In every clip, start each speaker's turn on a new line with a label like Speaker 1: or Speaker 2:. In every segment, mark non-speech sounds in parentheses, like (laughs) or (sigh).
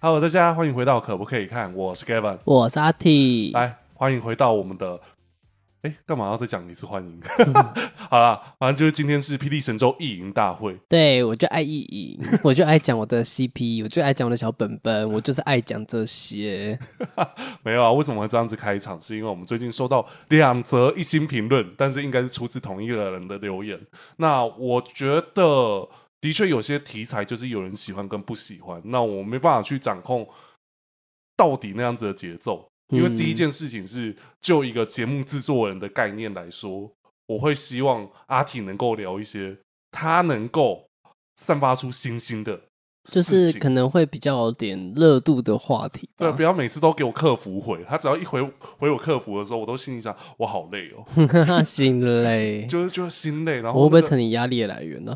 Speaker 1: Hello，大家欢迎回到可不可以看？我是 Gavin，
Speaker 2: 我是阿 T，
Speaker 1: 来欢迎回到我们的。哎，干嘛要再讲一次欢迎？ (laughs) 好啦，反正就是今天是霹雳神州意淫大会。
Speaker 2: 对我就爱意
Speaker 1: (laughs)
Speaker 2: 淫，我就爱讲我的 CP，我就爱讲我的小本本，我就是爱讲这些。
Speaker 1: (laughs) 没
Speaker 2: 嗯
Speaker 1: 有啊，为什么会这样子开场？是因为我们最近收到两则一星评论，但是应该是出自同一个人的留言。那我觉得的确有些题材就是有人喜欢跟不喜欢，那我没办法去掌控到底那样子的节奏。因为第一件事情是，就一个节目制作人的概念来说，我会希望阿挺能够聊一些他能够散发出星星的
Speaker 2: 就
Speaker 1: 事情，
Speaker 2: 是可能会比较有点热度的话题
Speaker 1: 对，啊
Speaker 2: 吧
Speaker 1: 不。要每次都给我客服回，他只要一回回我客服的时候，我都心里想，我好累
Speaker 2: (laughs)
Speaker 1: 哦，
Speaker 2: 心
Speaker 1: (laughs)
Speaker 2: 累，
Speaker 1: 就是就是心累。然后、
Speaker 2: 我会不会
Speaker 1: 那个
Speaker 2: 成你压力的来源呢、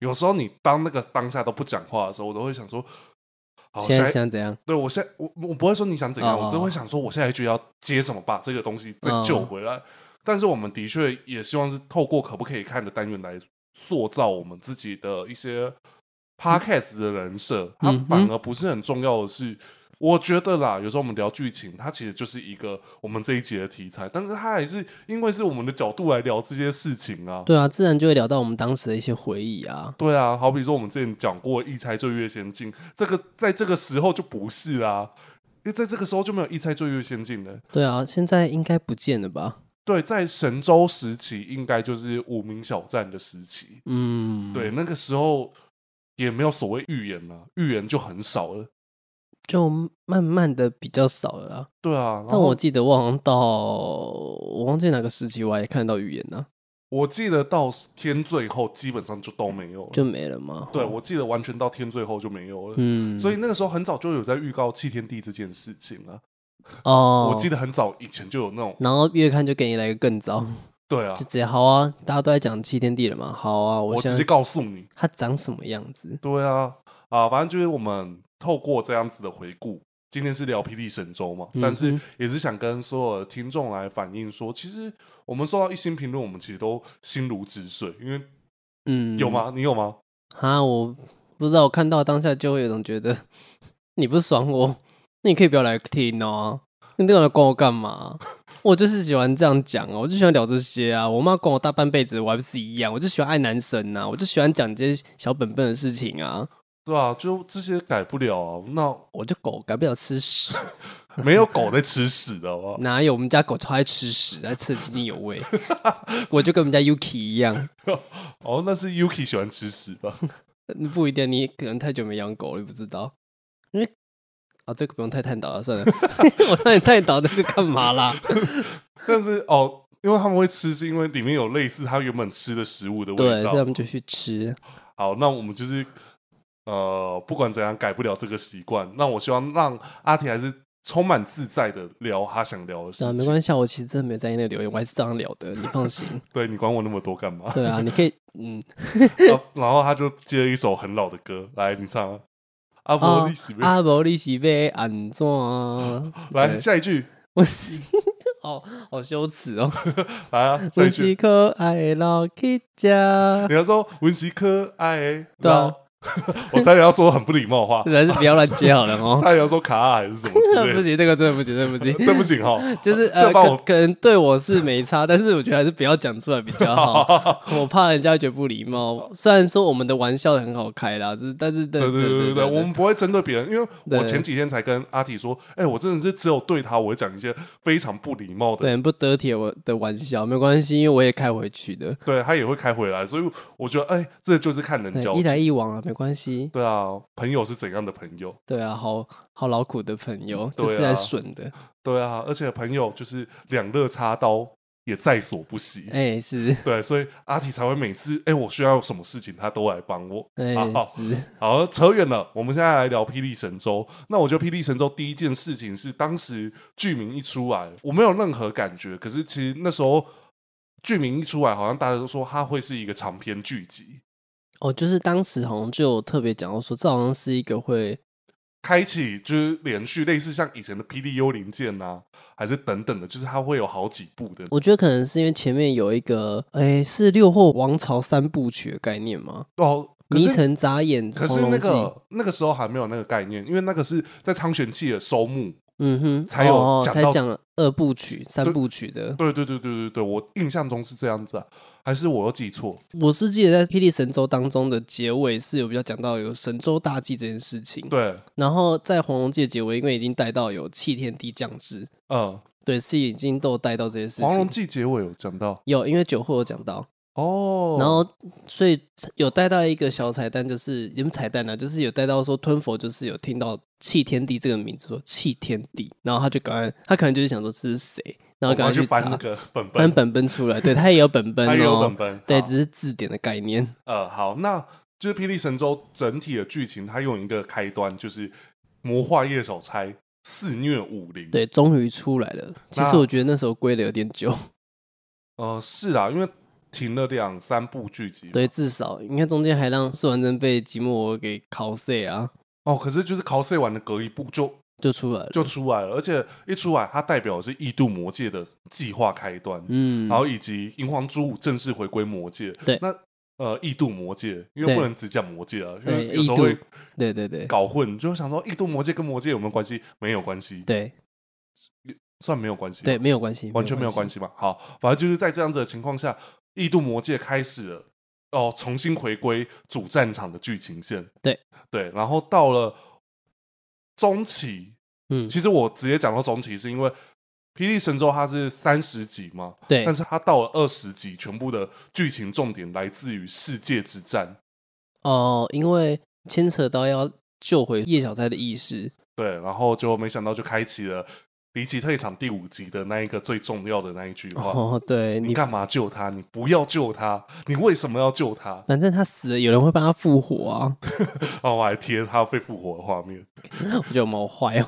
Speaker 1: 有时候你当那个当下都不讲话的时候，我都会想说，好，
Speaker 2: 现
Speaker 1: 下
Speaker 2: 在
Speaker 1: 一
Speaker 2: 想怎样？
Speaker 1: 对我现在我我不会说你想怎样，
Speaker 2: 哦
Speaker 1: 我只会想说我下一句要接什么，把这个东西再
Speaker 2: 哦
Speaker 1: 救回来。但是我们的确也希望是透过可不可以看的单元来塑造我们自己的一些 podcast 的人设，它
Speaker 2: 嗯
Speaker 1: 反而不是很重要的是。我觉得啦，有时候我们聊剧情，它其实就是一个我们这一节的题材，但是它还是因为是我们的角度来聊这些事情啊。
Speaker 2: 对啊，自然就会聊到我们当时的一些回忆啊。
Speaker 1: 对啊，好比说我们之前讲过《一猜最越先进》，这个在这个时候就不是啦，因为在这个时候就没有《一猜最越先进》了。
Speaker 2: 对啊，现在应该不见了吧？
Speaker 1: 对，在神州时期，应该就是无名小站的时期。
Speaker 2: 嗯，
Speaker 1: 对，，那个时候也没有所谓预言了，预言就很少了。
Speaker 2: 就慢慢的比较少了啦。
Speaker 1: 对啊，然
Speaker 2: 但
Speaker 1: 后
Speaker 2: 我记得我好像到我忘记哪个时期，我还看得到语言呢、
Speaker 1: 我记得到天最后基本上就都没有了。
Speaker 2: 就没了吗？
Speaker 1: 对，我记得完全到天最后就没有了。
Speaker 2: 嗯，
Speaker 1: 所以那个时候很早就有在预告弃天地这件事情了。
Speaker 2: 哦，
Speaker 1: 我记
Speaker 2: 得，
Speaker 1: 得很早以前就有那种
Speaker 2: 然后越看就给你来个更糟，
Speaker 1: 对啊
Speaker 2: 就，直接好啊，大家都在讲七天地了嘛，好啊，
Speaker 1: 我
Speaker 2: 现
Speaker 1: 直
Speaker 2: 在
Speaker 1: 接告诉你。
Speaker 2: 它长什么样子？
Speaker 1: 对啊，啊，反正就是我们透过这样子的回顾，今天是聊《霹雳神州》嘛，
Speaker 2: 嗯哼
Speaker 1: 但是也是想跟所有的听众来反映说，其实我们收到一星评论，我们其实都心如止水，因为
Speaker 2: 嗯，
Speaker 1: 有？吗？你有吗？
Speaker 2: 哈，我不知道，我看到当下就会有种觉得 (laughs) 你不爽我，那你可以不要来听哦，你都要来管我干嘛？我就是喜欢这样讲啊，我就喜欢聊这些啊。我妈管我大半辈子，我还不是一样？我就喜欢爱男神啊，我就喜欢讲这些小本本的事情啊。
Speaker 1: 对啊，就这些改不了啊。那
Speaker 2: 我就狗改不了吃屎，
Speaker 1: 没有狗在吃屎的好不好
Speaker 2: 哪有？我们家狗超爱吃屎，爱吃的津津有
Speaker 1: (laughs)
Speaker 2: 味。我就跟我们家 Yuki 一样，
Speaker 1: 哦，那是 Yuki 喜欢吃屎吧？
Speaker 2: 不一定，你可能太久没养狗了，你不知道。因为啊、这个不用太探讨了，
Speaker 1: (laughs)
Speaker 2: 算了，我差点探讨那个干嘛啦？
Speaker 1: 但是哦，因为他们会吃，是因为里面有类似他原本吃的食物的
Speaker 2: 对，
Speaker 1: 味
Speaker 2: 所以我
Speaker 1: 道。
Speaker 2: 们就去吃。
Speaker 1: 好，那我们就是呃，不管怎样改不了这个习惯。那我希望让阿铁还是充满自在的聊他想聊的事
Speaker 2: 对啊，没
Speaker 1: 情。
Speaker 2: 关系啊，我其实真的没有在意那个留言，我还是照样聊的，你放
Speaker 1: (laughs)
Speaker 2: 心。
Speaker 1: 对你管我那么多干嘛？
Speaker 2: 对啊，你可以，嗯，
Speaker 1: (laughs) 然后然后他就接了一首很老的歌，来你唱啊阿波
Speaker 2: 哦
Speaker 1: 利西贝，
Speaker 2: 阿伯利息被安装，
Speaker 1: 来
Speaker 2: 对
Speaker 1: 下一句，
Speaker 2: 我是 (laughs) 好好羞耻哦，
Speaker 1: 来啊下
Speaker 2: 我
Speaker 1: 一句
Speaker 2: 是。可爱的老 K 家。 (laughs)
Speaker 1: 你要说文琪可爱，
Speaker 2: 对啊
Speaker 1: 然
Speaker 2: (laughs)
Speaker 1: 后，我差点要说很不礼貌的话，
Speaker 2: 还是不要乱接好了哦。
Speaker 1: 差点要说卡啊还是什么之
Speaker 2: 不
Speaker 1: 类的，
Speaker 2: (laughs) 行，这个真的不行，这个不行。
Speaker 1: (laughs) 这不行哈。
Speaker 2: (laughs) 就是
Speaker 1: 这
Speaker 2: 呃，
Speaker 1: 把我
Speaker 2: 可可能对我是没差，但是我觉得还是不要讲出来比较好，
Speaker 1: (laughs)
Speaker 2: 我怕人家会觉得不礼貌。虽然说我们的玩笑很好开啦，就是但是对
Speaker 1: 对对对对
Speaker 2: 对
Speaker 1: 对，我们不会针对别人，因为我
Speaker 2: 对
Speaker 1: 前几天才跟阿体说，哎、我真的是只有对他，我会讲一些非常不礼貌的，
Speaker 2: 对不得体我的玩笑没关系，因为我也开回去的，
Speaker 1: 对他也会开回来，所以我觉得，哎、这就是看人交
Speaker 2: 对，一来
Speaker 1: 情。
Speaker 2: 一往啊，没关系。
Speaker 1: 对啊，朋友是怎样的朋友？
Speaker 2: 对啊，好好劳苦的朋友，
Speaker 1: 对啊
Speaker 2: 就是来损的，
Speaker 1: 对啊，而且朋友就是两肋插刀也在所不惜。
Speaker 2: 哎是
Speaker 1: 对，所以阿体才会每次，哎、我需要什么事情，他都来帮我。
Speaker 2: 哎
Speaker 1: 好好
Speaker 2: 是，
Speaker 1: 好，扯远了。我们现在来聊《霹雳神州》。那我觉得《霹雳神州》第一件事情是，当时剧名一出来，我没有任何感觉。可是其实那时候剧名一出来，好像大家都说它会是一个长篇剧集，
Speaker 2: 哦，就是当时好像就有特别讲到说，这好像是一个会
Speaker 1: 开启就是连续，类似像以前的《霹雳幽灵剑》啊，还是等等的，就是它会有好几部的。
Speaker 2: 我觉得可能是因为前面有一个，哎，是六或王朝三部曲的概念吗？
Speaker 1: 哦，可是
Speaker 2: 迷城眨眼，
Speaker 1: 可
Speaker 2: 红
Speaker 1: 是
Speaker 2: 龙
Speaker 1: 那
Speaker 2: 记
Speaker 1: 个那个时候还没有那个概念，因为那个是在苍玄期的收幕。
Speaker 2: 嗯哼，
Speaker 1: 才有
Speaker 2: 哦、
Speaker 1: 讲
Speaker 2: 才
Speaker 1: 到
Speaker 2: 讲了二部曲、三部曲的。
Speaker 1: 对对对对对对，我印象中是这样子啊，还是我又记错？
Speaker 2: 我是记得在《霹雳神州》当中的结尾是有比较讲到有神州大祭这件事情，
Speaker 1: 对，
Speaker 2: 然后在《黄龙记》的结尾，因为已经带到有弃天地降智，
Speaker 1: 嗯，
Speaker 2: 对，是已经都有带到这些事
Speaker 1: 《黄龙
Speaker 2: 情。
Speaker 1: 记》结尾有讲到
Speaker 2: 有，因为酒后有讲到，
Speaker 1: 哦，
Speaker 2: 然后所以有带到一个小彩蛋，就是有没有彩蛋呢、啊就是有带到说吞佛就是有听到弃天地这个名字，说弃天地，然后他就赶快，他可能就是想说这是谁，然后
Speaker 1: 我
Speaker 2: 赶
Speaker 1: 们
Speaker 2: 快
Speaker 1: 去
Speaker 2: 查
Speaker 1: 翻那
Speaker 2: (laughs)
Speaker 1: 个本
Speaker 2: 翻
Speaker 1: 本，
Speaker 2: 本本出来，对他也有本本
Speaker 1: 还有
Speaker 2: 哦
Speaker 1: 本，本，
Speaker 2: 对，
Speaker 1: 好
Speaker 2: 只是字典的概念，
Speaker 1: 呃，好，那就是《霹雳神州》整体的剧情，它用一个开端，就是魔化夜小钗肆虐武林。，
Speaker 2: 对，终于出来了。其实
Speaker 1: 那
Speaker 2: 我觉得那时候归的有点久，
Speaker 1: 呃，是啊，因为停了两三部剧集。
Speaker 2: 对，，至少你看中间还让苏完真被吉莫尔给 cos 啊，
Speaker 1: 哦，可是就是 cos 完的隔一部就
Speaker 2: 就出来了，
Speaker 1: 就出来了，而且一出来，它代表的是异度魔界的计划开端，
Speaker 2: 嗯
Speaker 1: 然，后以及银皇朱武正式回归魔界。
Speaker 2: 对
Speaker 1: 那呃，异度魔界，因为
Speaker 2: 对
Speaker 1: 不能只讲魔界啊，因
Speaker 2: 对
Speaker 1: 为有时候
Speaker 2: 异度
Speaker 1: 会
Speaker 2: 对对对
Speaker 1: 搞混，就想说异度魔界跟魔界有没有关系？没有关系，
Speaker 2: 对
Speaker 1: 算没有关系吧。
Speaker 2: 对，没有关系，
Speaker 1: 完全没有关
Speaker 2: 系，
Speaker 1: 系嘛。好，反正就是在这样子的情况下，异度魔界开始了哦，重新回归主战场的剧情线。
Speaker 2: 对
Speaker 1: 对，然后到了中期，
Speaker 2: 嗯，
Speaker 1: 其实我直接讲到中期，是因为《霹雳神州》它是三十集嘛，
Speaker 2: 对
Speaker 1: 但，是它到了二十集，全部的剧情重点来自于世界之战。
Speaker 2: 哦，因为牵扯到要救回叶小钗的意识，
Speaker 1: 对，然后就没想到就开启了离奇退场第五集的那一个最重要的那一句话。
Speaker 2: 哦，对
Speaker 1: 你
Speaker 2: 你，
Speaker 1: 干嘛救他？你不要救他！你为什么要救他？
Speaker 2: 反正他死了，有人会帮他复活啊， (laughs)
Speaker 1: 然后我还贴他被复活的画面。
Speaker 2: 我觉得我们好坏哦，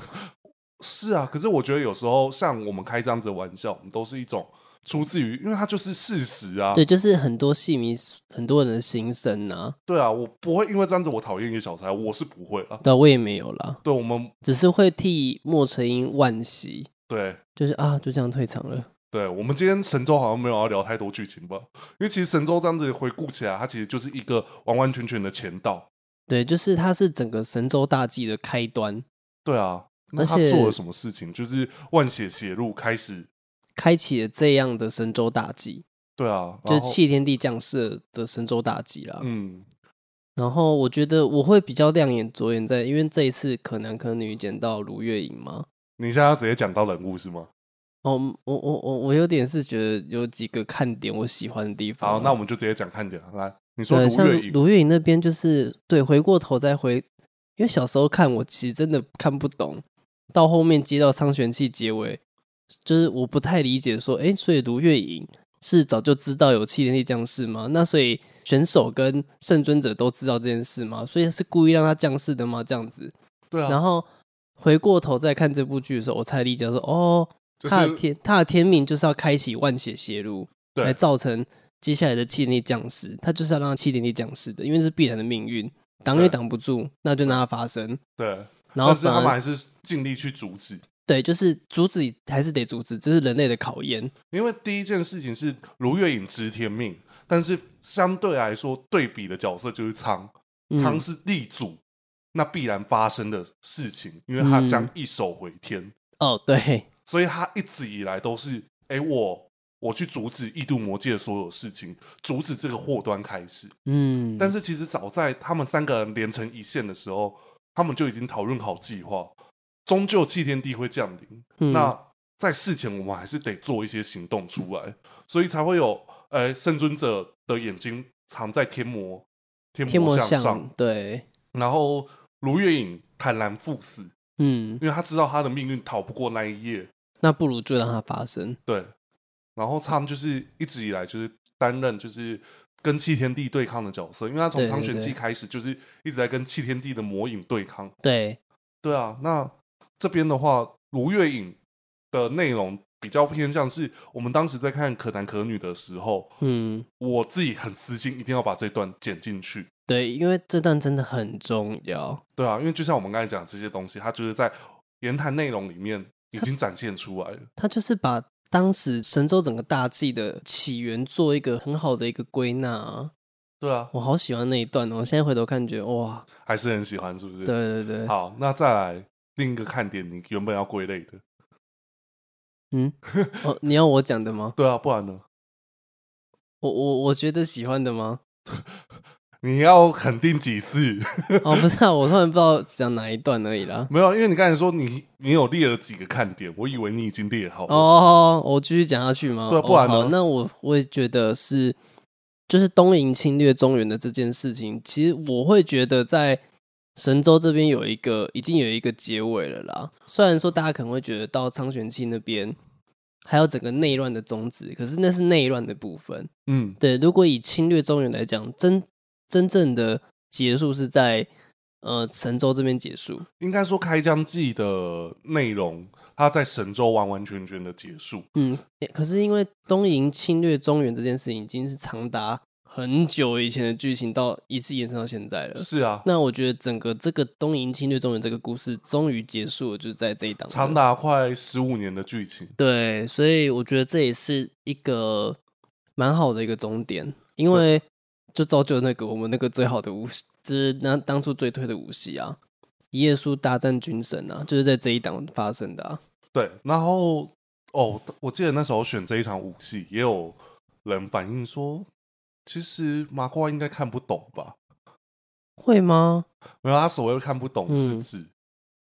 Speaker 1: 是啊，可是我觉得有时候像我们开这样子的玩笑，我们都是一种出自于，因为它就是事实啊。
Speaker 2: 对，就是很多戏迷，很多人的心声呐，
Speaker 1: 对啊，我不会因为这样子我讨厌叶小钗，我是不会啊。
Speaker 2: 对啊，我也没有啦，
Speaker 1: 对我们，
Speaker 2: 只是会替莫成英惋惜，
Speaker 1: 对
Speaker 2: 就是啊，就这样退场了，
Speaker 1: 对，我们今天神州好像没有要聊太多剧情吧？因为其实神州这样子回顾起来，它其实就是一个完完全全的前导。
Speaker 2: 对，就是他是整个神州大计的开端，
Speaker 1: 对啊，那他
Speaker 2: 而且
Speaker 1: 做了什么事情？就是万血血路开始。
Speaker 2: 开启了这样的神州大计，
Speaker 1: 对啊，
Speaker 2: 就是
Speaker 1: 然后
Speaker 2: 弃天地降世的神州大计啦，
Speaker 1: 嗯，
Speaker 2: 然后我觉得我会比较亮眼着眼在，因为这一次可男可女捡到卢月影嘛。
Speaker 1: 你现在要直接讲到人物是吗？
Speaker 2: 哦，我我我我有点是觉得有几个看点我喜欢的地方啊。
Speaker 1: 好，那我们就直接讲看点啊来。你说
Speaker 2: 对
Speaker 1: 卢
Speaker 2: 像
Speaker 1: 月影，
Speaker 2: 卢月影那边就是对，回过头再回，因为小时候看我其实真的看不懂，到后面接到苍玄气结尾，就是我不太理解说，哎，所以卢月影是早就知道有气天地降世吗？那所以选手跟圣尊者都知道这件事吗？所以是故意让他降世的吗？这样子。
Speaker 1: 对啊，
Speaker 2: 然后回过头再看这部剧的时候，我才理解说，哦，
Speaker 1: 就
Speaker 2: 他的
Speaker 1: 是
Speaker 2: 天他的天命就是要开启万血邪路，来
Speaker 1: 对
Speaker 2: 造成接下来的气力降世，他就是要让气力降世的，因为是必然的命运，挡也
Speaker 1: 对
Speaker 2: 挡不住，那就让它发生。
Speaker 1: 对，
Speaker 2: 然后
Speaker 1: 但是
Speaker 2: 反
Speaker 1: 他们
Speaker 2: 而
Speaker 1: 还是尽力去阻止，
Speaker 2: 对，就是阻止还是得阻止，这是人类的考验。
Speaker 1: 因为第一件事情是卢月影知天命，但是相对来说对比的角色就是苍，苍
Speaker 2: 嗯，
Speaker 1: 是立祖，那必然发生的事情，因为他
Speaker 2: 嗯
Speaker 1: 将一手回天，
Speaker 2: 哦，对，
Speaker 1: 所以他一直以来都是，哎，我我去阻止异度魔界的所有事情，阻止这个祸端开始。
Speaker 2: 嗯，
Speaker 1: 但
Speaker 2: 是
Speaker 1: 是其实早在他们三个人连成一线的时候，他们就已经讨论好计划，终究弃天地会降临。
Speaker 2: 嗯
Speaker 1: 那在事前，我们还是得做一些行动出来，所以才会有呃圣尊者的眼睛藏在天魔天
Speaker 2: 天魔
Speaker 1: 像
Speaker 2: 像
Speaker 1: 上，，
Speaker 2: 对，
Speaker 1: 然后卢月影坦然赴死，
Speaker 2: 嗯，
Speaker 1: 因为他知道他的命运逃不过那一夜。
Speaker 2: 那不如就让它发生。
Speaker 1: 对，然后他们就是一直以来就是担任就是跟弃天地对抗的角色，因为他从
Speaker 2: 对对
Speaker 1: 苍玄
Speaker 2: 对
Speaker 1: 气开始就是一直在跟弃天地的魔影对抗。
Speaker 2: 对，
Speaker 1: 对啊，那这边的话，卢月影的内容比较偏向是我们当时在看《可男可女》的时候，
Speaker 2: 嗯，
Speaker 1: 我自己很私心，一定要把这段剪进去。
Speaker 2: 对，因为这段真的很重要。
Speaker 1: 对啊，因为就像我们刚才讲这些东西，它就是在言谈内容里面已经展现出
Speaker 2: (laughs)
Speaker 1: 来了。
Speaker 2: 他就是把当时神州整个大计的起源做一个很好的一个归纳啊、
Speaker 1: 对啊，
Speaker 2: 我好喜欢那一段哦！我现在回头看，觉得哇，
Speaker 1: 还是很喜欢，是不是？
Speaker 2: 对。对对，
Speaker 1: 好，那再来另一个看点，你原本要归类的，
Speaker 2: 嗯，哦，你要我讲的吗？
Speaker 1: 对啊，不然呢？
Speaker 2: 我我我觉得喜欢的吗？
Speaker 1: 你要肯定几次？ (laughs)
Speaker 2: 哦，不是啊，我突然不知道讲哪一段而已啦。
Speaker 1: 没有，因为你刚才说你你有列了几个看点，我以为你已经列好了。
Speaker 2: 哦，我继续讲下去吗？
Speaker 1: 对啊
Speaker 2: 哦
Speaker 1: 不然呢
Speaker 2: 好那我我也觉得是，就是东瀛侵略中原的这件事情，其实我会觉得在神州这边有一个已经有一个结尾了啦。虽然说大家可能会觉得到苍玄期那边还有整个内乱的宗旨，可是那是内乱的部分。
Speaker 1: 嗯，
Speaker 2: 对，如果以侵略中原来讲，真真正的结束是在呃神州这边结束。
Speaker 1: 应该说《开疆记》的内容，它在神州完完全全的结束。
Speaker 2: 嗯，诶可是因为东瀛侵略中原这件事情已经是长达很久以前的剧情，到一次延伸到现在了。
Speaker 1: 是啊，
Speaker 2: 呃那我觉得整个这个东瀛侵略中原这个故事终于结束了，就是在这一档
Speaker 1: 长达快十五年的剧情。
Speaker 2: 对，所以我觉得这也是一个蛮好的一个终点，因为就造就那个我们那个最好的武，就是那当初最推的武戏啊，一页书大战军神啊，就是在这一档发生的啊。
Speaker 1: 对，然后哦，我记得那时候选这一场武戏，也有人反映说，其实麻瓜应该看不懂吧？
Speaker 2: 会吗？
Speaker 1: 没有，他所谓看不懂是
Speaker 2: 嗯
Speaker 1: 指、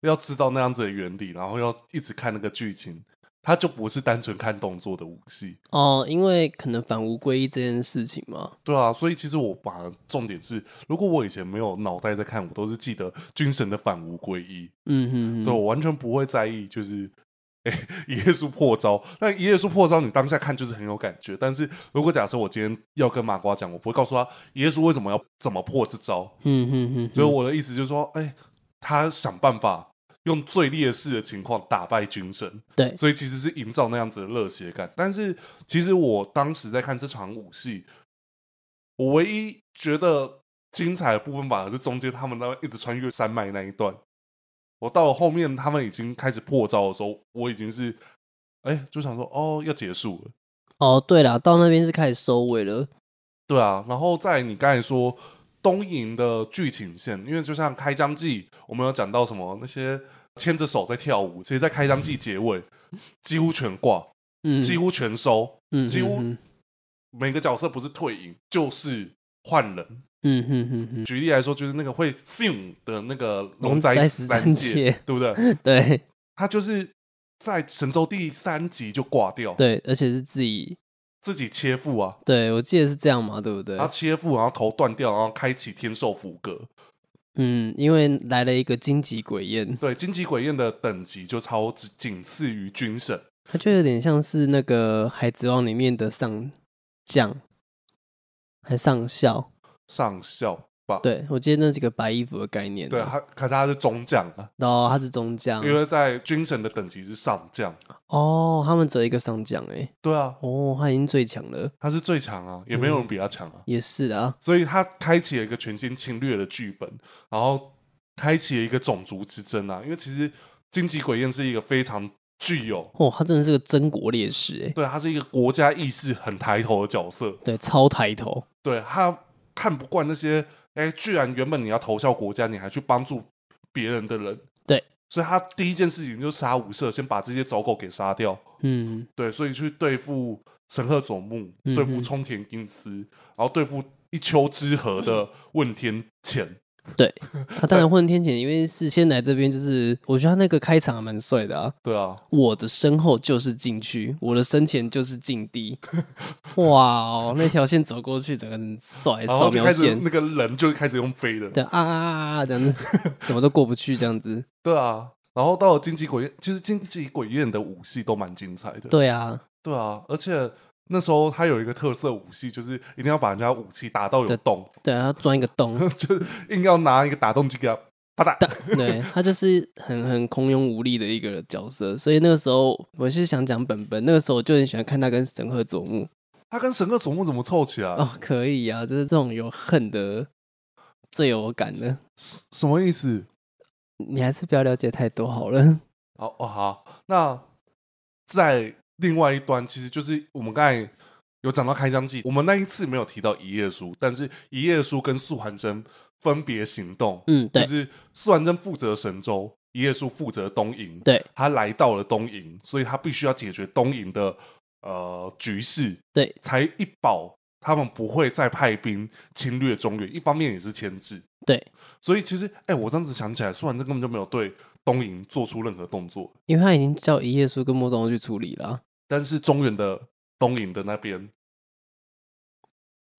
Speaker 1: 要知道那样子的原理，然后要一直看那个剧情，他就不是单纯看动作的武戏。
Speaker 2: 哦，因为可能反无归一这件事情嘛，
Speaker 1: 对啊，所以其实我把重点是，如果我以前没有脑袋在看，我都是记得军神的反无归一，
Speaker 2: 嗯哼
Speaker 1: 对
Speaker 2: 哼，
Speaker 1: 我完全不会在意，就是。哎、一页书破招，那一页书破招，你当下看就是很有感觉。但是如果假设我今天要跟麻瓜讲，我不会告诉他一页书为什么要怎么破这招，
Speaker 2: 嗯哼哼，
Speaker 1: 所以我的意思就是说，哎、他想办法用最劣势的情况打败军神，
Speaker 2: 对
Speaker 1: 所以其实是营造那样子的热血感。但是其实我当时在看这场武戏，我唯一觉得精彩的部分反而是中间他们那一直穿越山脉那一段。我到了后面他们已经开始破招的时候，我已经是哎、就想说哦要结束了。
Speaker 2: 哦，对啦，到那边是开始收尾了，
Speaker 1: 对啊，然后在你刚才说东瀛的剧情线，因为就像《开疆记》，我们有讲到什么那些牵着手在跳舞，其实，在《开疆记》结尾几乎全挂，
Speaker 2: 嗯，
Speaker 1: 几乎全收，
Speaker 2: 嗯
Speaker 1: 几乎
Speaker 2: 哼哼
Speaker 1: 每个角色不是退隐就是换人。
Speaker 2: 嗯哼哼哼，
Speaker 1: 举例来说，就是那个会 sing 的那个龙
Speaker 2: 龙
Speaker 1: 仔
Speaker 2: 仔
Speaker 1: 十
Speaker 2: 十
Speaker 1: 三
Speaker 2: 三
Speaker 1: 界
Speaker 2: 界，
Speaker 1: 对不对？
Speaker 2: 对
Speaker 1: 他就是在神州第三集就挂掉，
Speaker 2: 对，而且是自己，
Speaker 1: 自己切腹啊，
Speaker 2: 对我记得是这样嘛，对不对
Speaker 1: 然？后切腹，然后头断掉，然后开启天寿符格。
Speaker 2: 嗯，因为来了一个荆棘鬼宴，
Speaker 1: 对，荆棘鬼宴的等级就超只仅次于军神，
Speaker 2: 它就有点像是那个《海贼王》里面的上将，还上校，
Speaker 1: 上校吧？
Speaker 2: 对我记得那几个白衣服的概念啊，
Speaker 1: 对，他可是他是中将啊，
Speaker 2: 然后他是中将，
Speaker 1: 因为在军神的等级是上将。
Speaker 2: 哦，他们只有一个上将，哎，
Speaker 1: 对啊，
Speaker 2: 哦，他已经最强了，
Speaker 1: 他是最强啊，也没有人比他强啊，
Speaker 2: 也是啊，
Speaker 1: 所以他开启了一个全新侵略的剧本，然后开启了一个种族之争啊。因为其实荆棘鬼宴是一个非常具有
Speaker 2: 哦，他真的是个真国烈士，哎，
Speaker 1: 对，他啊是一个国家意识很抬头的角色，
Speaker 2: 对，超抬头，
Speaker 1: 对他看不惯那些，哎，居然原本你要投效国家，你还去帮助别人的人，
Speaker 2: 对，
Speaker 1: 所以他第一件事情就是杀无赦，先把这些走狗给杀掉，
Speaker 2: 嗯
Speaker 1: 对，所以去对付神鹤佐木，
Speaker 2: 嗯哼
Speaker 1: 对付冲田英司，然后对付一丘之貉
Speaker 2: (laughs)
Speaker 1: 的问天谴，，
Speaker 2: 对，
Speaker 1: (laughs)
Speaker 2: 他当然混天谴，因为是先来这边，就是我觉得他那个开场还蛮帅的啊。
Speaker 1: 对啊，
Speaker 2: 我的身后就是禁区，我的身前就是
Speaker 1: (laughs)
Speaker 2: 禁地。哇哦，那条线走过去，整个很帅，
Speaker 1: 然
Speaker 2: 扫
Speaker 1: 后就
Speaker 2: 描
Speaker 1: 开始
Speaker 2: 线，
Speaker 1: 那个人就开始用飞的，
Speaker 2: 对啊啊啊啊，这样子
Speaker 1: (laughs)
Speaker 2: 怎么都过不去，这样子。
Speaker 1: 对啊，然后到了荆棘鬼，其实荆棘鬼宴的武戏都蛮精彩的，
Speaker 2: 对啊，
Speaker 1: 对啊，而且那时候他有一个特色武器，就是一定要把人家武器打到有
Speaker 2: 对
Speaker 1: 洞，
Speaker 2: 对啊，他钻一个洞，
Speaker 1: 就是硬要拿一个打洞机给他啪嗒。
Speaker 2: (laughs) 对他就是很很空庸无力的一个角色，所以那个时候我是想讲本本，那个时候我就很喜欢看他跟神鹤佐木
Speaker 1: 他跟神鹤佐木怎么凑起来？
Speaker 2: 哦，可以啊，就是这种有恨的最有感的，
Speaker 1: 什什么意思？
Speaker 2: 你还是不要了解太多好了。 (laughs)
Speaker 1: 哦哦好，那在另外一端，其实就是我们刚才有讲到开疆记，我们那一次没有提到一页书，但是一页书跟素还真分别行动，
Speaker 2: 嗯，
Speaker 1: 就
Speaker 2: 对
Speaker 1: 是素还真负责神州，一页书负责东瀛，
Speaker 2: 对
Speaker 1: 他来到了东瀛，所以他必须要解决东瀛的呃局势，
Speaker 2: 对，
Speaker 1: 才一保他们不会再派兵侵略中原。一方面也是牵制，
Speaker 2: 对，
Speaker 1: 所以其实哎、我这样子想起来，苏完真根本就没有对东瀛做出任何动作，
Speaker 2: 因为他已经叫一页书跟莫宗去处理了啊。
Speaker 1: 但是中原的东瀛的那边，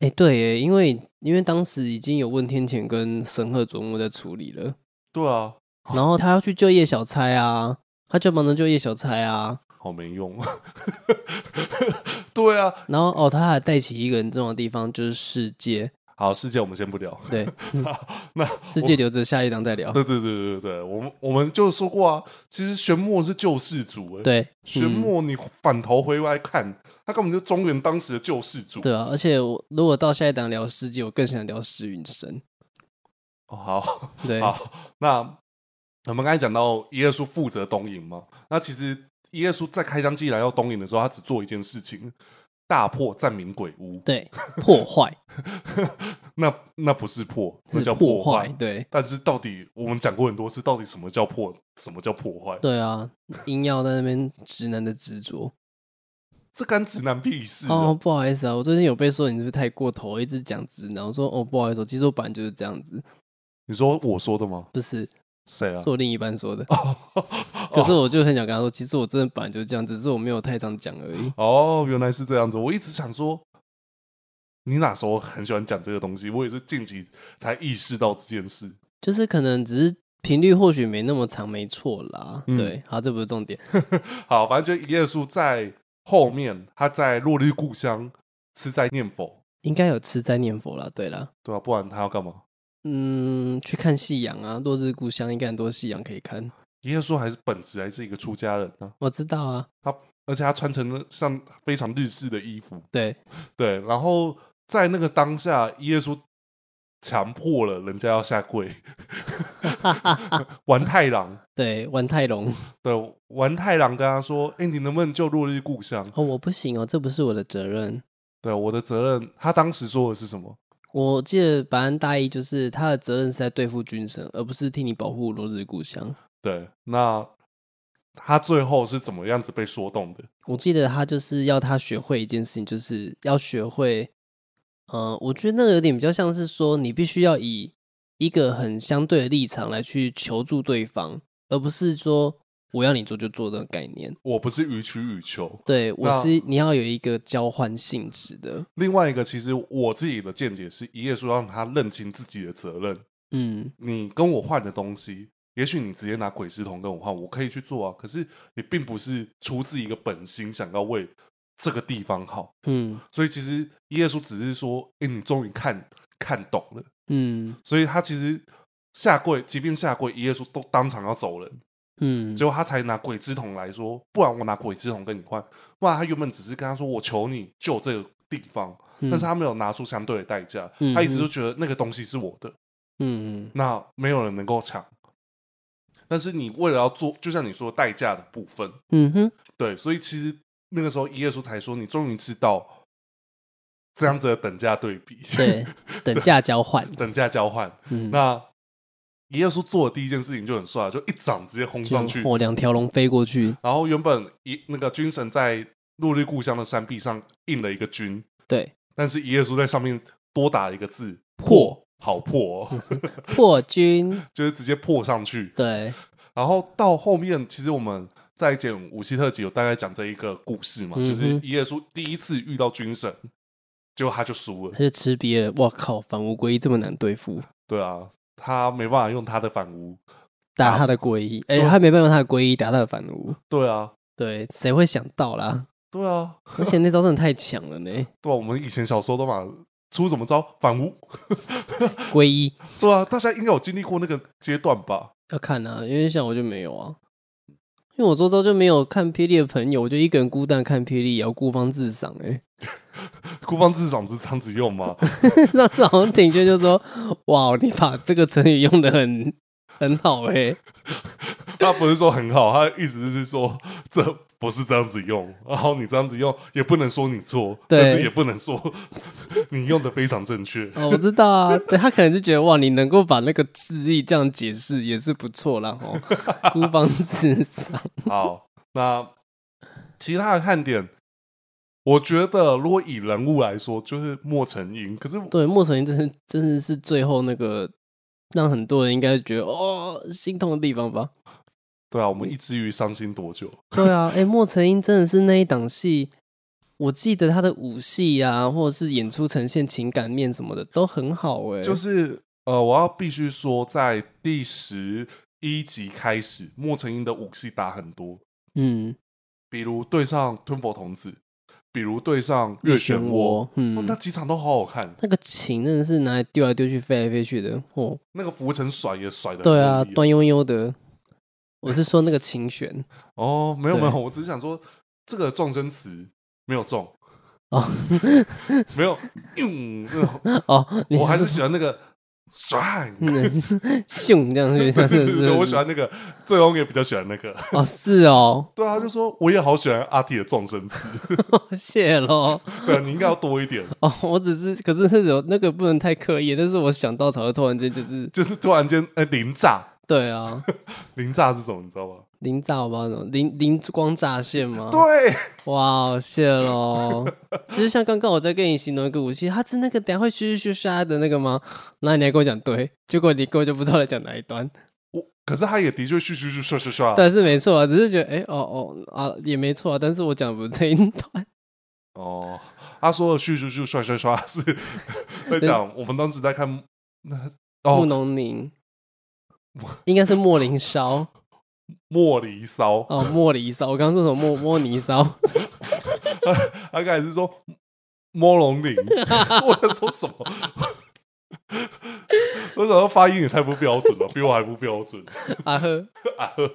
Speaker 2: 哎、对耶，因为因为当时已经有问天谴跟神鹤佐木在处理了，
Speaker 1: 对啊，
Speaker 2: 然后他要去救叶小钗啊，他就忙着救叶小钗啊，
Speaker 1: 好没用， (laughs) 对啊。
Speaker 2: 然后哦，他还带起一个很重要的地方，就是世界，
Speaker 1: 好，世界我们先不聊，
Speaker 2: 对，
Speaker 1: (laughs) 那
Speaker 2: (laughs) 世界留着下一档再聊，
Speaker 1: 对对对对对，我们我们就说过啊，其实玄墨是救世主、哎。
Speaker 2: 对，
Speaker 1: 玄
Speaker 2: 嗯
Speaker 1: 墨，你反头回来看，他根本就中原当时的救世主。
Speaker 2: 对啊，而且我如果到下一档聊世界，我更想聊石云生，
Speaker 1: 哦，好 (laughs)
Speaker 2: 对，
Speaker 1: 好，那我们刚才讲到耶稣负责东瀛嘛，那其实耶稣在开疆记来到东瀛的时候，他只做一件事情，大破占民鬼屋。
Speaker 2: 对，破坏
Speaker 1: 那那不是破， (laughs) 那
Speaker 2: 是
Speaker 1: 叫
Speaker 2: 破
Speaker 1: 坏。
Speaker 2: 对，
Speaker 1: 但是到底我们讲过很多次，到底什么叫破，什么叫破坏？
Speaker 2: 对啊，硬要在那边直男的执着。
Speaker 1: 这干直男屁事啊、
Speaker 2: 哦，不好意思啊，我最近有被说你是不是太过头，一直讲直男。我说哦，不好意思，其实我本来就是这样子，
Speaker 1: 你说我说的吗？
Speaker 2: 不是
Speaker 1: 谁啊 (laughs)
Speaker 2: 是？我另一半说的。
Speaker 1: 哦，
Speaker 2: 可是我就很想跟他说，其实我真的本来就是这样，只是我没有太常讲而已。
Speaker 1: 哦，原来是这样子。我一直想说，你哪时候很喜欢讲这个东西？我也是近期才意识到这件事。
Speaker 2: 就是可能只是频率或许没那么长，没错啦。
Speaker 1: 嗯
Speaker 2: 对，好，这不是重点。
Speaker 1: 好，反正就耶稣在后面，他在落日故乡是在念佛，
Speaker 2: 应该有吃斋念佛啦，对啦。
Speaker 1: 对啊吧、不然他要干嘛？
Speaker 2: 嗯，去看夕阳啊，落日故乡应该很多夕阳可以看。
Speaker 1: 耶稣还是本质还是一个出家人啊，
Speaker 2: 我知道啊，
Speaker 1: 而且他穿成了像非常日式的衣服。
Speaker 2: 对
Speaker 1: 对，然后在那个当下，耶稣强迫了人家要下跪，玩太郎。
Speaker 2: 对，玩太龙 (laughs)
Speaker 1: 对，玩太郎跟他说：“哎、你能不能救落日故乡？”
Speaker 2: 哦，我不行哦，这不是我的责任。
Speaker 1: 对，我的责任，他当时说的是什么？
Speaker 2: 我记得白安大意就是他的责任是在对付军神，而不是替你保护落日故乡。
Speaker 1: 对，那他最后是怎么样子被说动的？
Speaker 2: 我记得他就是要他学会一件事情，就是要学会，呃，我觉得那个有点比较像是说，你必须要以一个很相对的立场来去求助对方，而不是说我要你做就做的概念。
Speaker 1: 我不是予取予求。
Speaker 2: 对我
Speaker 1: 那
Speaker 2: 是你要有一个交换性质的，
Speaker 1: 另外一个，其实我自己的见解是，一页书让他认清自己的责任。
Speaker 2: 嗯，
Speaker 1: 你跟我换的东西，也许你直接拿鬼石头跟我换，我可以去做啊。可是你并不是出自一个本心，想要为这个地方好。
Speaker 2: 嗯
Speaker 1: 所以其实耶稣只是说：“哎、你终于看看懂了。”
Speaker 2: 嗯
Speaker 1: 所以他其实下跪，即便下跪，耶稣都当场要走人。
Speaker 2: 嗯
Speaker 1: 结，果他才拿鬼之桶来说，不然我拿鬼之桶跟你换。不然他原本只是跟他说，我求你救这个地方，
Speaker 2: 嗯
Speaker 1: 但是他没有拿出相对的代价，
Speaker 2: 嗯
Speaker 1: 他一直都觉得那个东西是我的，
Speaker 2: 嗯
Speaker 1: 那没有人能够抢。但是你为了要做，就像你说代价的部分，
Speaker 2: 嗯哼，
Speaker 1: 对，所以其实那个时候耶稣才说，你终于知道这样子的等价对比，
Speaker 2: 对，等价交换，
Speaker 1: (laughs) 等价交换。
Speaker 2: 嗯，
Speaker 1: 那耶稣做的第一件事情就很帅，就一掌直接轰上去
Speaker 2: 就，哦，两条龙飞过去，
Speaker 1: 然后原本一那个军神在落日故乡的山壁上印了一个军，
Speaker 2: 对，
Speaker 1: 但是耶稣在上面多打了一个字“
Speaker 2: 破
Speaker 1: 破”，好破、哦， (laughs)
Speaker 2: 破军，
Speaker 1: 就是直接破上去。
Speaker 2: 对，
Speaker 1: 然后到后面，其实我们在讲五七特辑有大概讲这一个故事嘛，
Speaker 2: 嗯哼
Speaker 1: 就是耶稣第一次遇到军神，结果他就输了
Speaker 2: 他。就吃瘪了。哇靠，反乌龟这么难对付，
Speaker 1: 对啊，他没办法用他的反乌。
Speaker 2: 打他的龟衣，哎、
Speaker 1: 对
Speaker 2: 他没办法，他的龟衣打他的反乌，
Speaker 1: 对啊，
Speaker 2: 对，谁会想到啦？
Speaker 1: 对啊，
Speaker 2: 而且那招真的太强了呢，
Speaker 1: 对啊，我们以前小时候都嘛出什么招反乌，
Speaker 2: 龟衣
Speaker 1: 对啊，大家应该有经历过那个阶段吧？
Speaker 2: 要看啊，因为像我就没有啊，因为我周遭就没有看霹雳的朋友，我就一个人孤单看霹雳，也要孤芳自赏 (laughs) 哎、
Speaker 1: 孤芳自赏是这样子用吗？
Speaker 2: 上次好像挺俊就说，哇，你把这个成语用的很很好哎、
Speaker 1: 他不是说很好，他意思是说这不是这样子用，然后你这样子用也不能说你错，
Speaker 2: 对
Speaker 1: 但是也不能说 (laughs) 你用的非常正确。
Speaker 2: 哦，我知道啊，对他可能就觉得哇，你能够把那个字义这样解释也是不错啦哦，孤芳自赏。
Speaker 1: 好，那其他的看点，我觉得如果以人物来说，就是莫成英。可是
Speaker 2: 对，莫成英真是真的是最后那个让很多人应该觉得哦心痛的地方吧？
Speaker 1: 对啊，我
Speaker 2: 嗯
Speaker 1: 们一直于伤心多久？ (laughs)
Speaker 2: 对啊，哎、莫成英真的是那一档戏，我记得他的舞戏啊，或者是演出呈现情感面什么的都很好哎、
Speaker 1: 就是呃，我要必须说，在第十一集开始，莫成英的武器打很多，
Speaker 2: 嗯，
Speaker 1: 比如对上吞佛童子，比如对上月漩涡，，哦
Speaker 2: 嗯
Speaker 1: 那，几场都好好看。
Speaker 2: 那个琴真的是拿来丢来丢去、飞来飞去的哦。
Speaker 1: 那个浮尘甩也甩的
Speaker 2: 对啊，端悠悠的。我是说那个琴弦
Speaker 1: 哦，没有
Speaker 2: 对
Speaker 1: 没有，我只是想说这个撞声词没有中，
Speaker 2: 哦
Speaker 1: (laughs) 没有，嗯，那种
Speaker 2: 哦， (laughs) 你
Speaker 1: 我还是
Speaker 2: 是
Speaker 1: 喜欢那个甩。
Speaker 2: 嗯咻这样
Speaker 1: (laughs)
Speaker 2: 去，
Speaker 1: 对对
Speaker 2: 真的
Speaker 1: 对
Speaker 2: 是
Speaker 1: 对，我喜欢那个，最后我也比较喜欢那个。
Speaker 2: (laughs) 哦，是哦，
Speaker 1: 对啊，就说我也好喜欢阿 T 的撞声词，
Speaker 2: 谢喽。
Speaker 1: 对，啊你应该要多一点。
Speaker 2: 哦，我只是，可是那种那个不能太刻意，但是我想到才会突然间就是，
Speaker 1: 就是突然间，呃，零炸，
Speaker 2: 对啊，
Speaker 1: 零炸是什么？你知道吗？
Speaker 2: 零炸好不好？零零光乍现吗？
Speaker 1: 对，
Speaker 2: 哇，
Speaker 1: (laughs)
Speaker 2: 谢喽。其实像刚刚我在跟你形容一个武器，它是那个等下会咻咻咻咻的那个吗？那你还跟我讲对，结果你根本就不知道在讲哪一端。
Speaker 1: 我可是他也的确咻咻咻刷刷刷。
Speaker 2: 但是没错啊，只是觉得哎、哦哦啊也没错啊，但是我讲不这一段。
Speaker 1: 哦，他说的咻咻咻刷刷刷是 (laughs) 在讲我们当时在看那
Speaker 2: 木
Speaker 1: (laughs) 哦
Speaker 2: 农宁应该是莫林烧
Speaker 1: 莫离骚，
Speaker 2: 哦，莫离烧。我刚刚说什么莫莫尼烧？ (laughs)
Speaker 1: 他他刚才是说摸龙鳞， (laughs) 我在说什么？ (laughs) 我想到发音也太不标准了，比我还不标准。
Speaker 2: 啊呵，
Speaker 1: 啊呵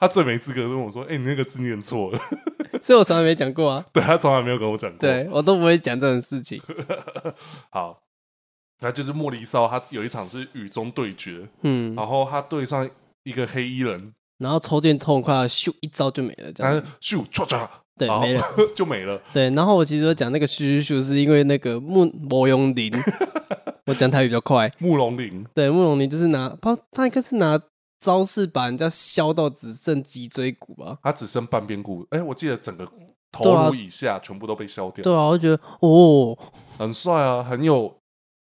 Speaker 1: 他最没资格跟我说：“哎、你那个字念错了。 (laughs)
Speaker 2: 所以我从来没讲过啊”，
Speaker 1: 对他从来没有跟我讲过。
Speaker 2: 对我都不会讲这种事情。
Speaker 1: 好，那就是莫里骚，他有一场是雨中对决，
Speaker 2: 嗯，
Speaker 1: 然后他对上一个黑衣人，
Speaker 2: 然后抽剑抽很快啊，咻一招就没了，这
Speaker 1: 但
Speaker 2: 样
Speaker 1: 是
Speaker 2: 子
Speaker 1: 咻唰唰，
Speaker 2: 对
Speaker 1: 然后
Speaker 2: 没
Speaker 1: (laughs) 就没了。
Speaker 2: 对。然后我其实我讲那个咻咻咻，是因为那个木摩永
Speaker 1: (laughs)
Speaker 2: 林，我讲台语比较快。
Speaker 1: 慕容林，
Speaker 2: 对，慕容林就是拿他他应该是拿招式把人家削到只剩脊椎骨吧。
Speaker 1: 他只剩半边骨，哎、我记得整个
Speaker 2: 对
Speaker 1: 头
Speaker 2: 啊
Speaker 1: 颅以下全部都被削掉，
Speaker 2: 对啊，我就觉得哦，
Speaker 1: 很帅啊，很有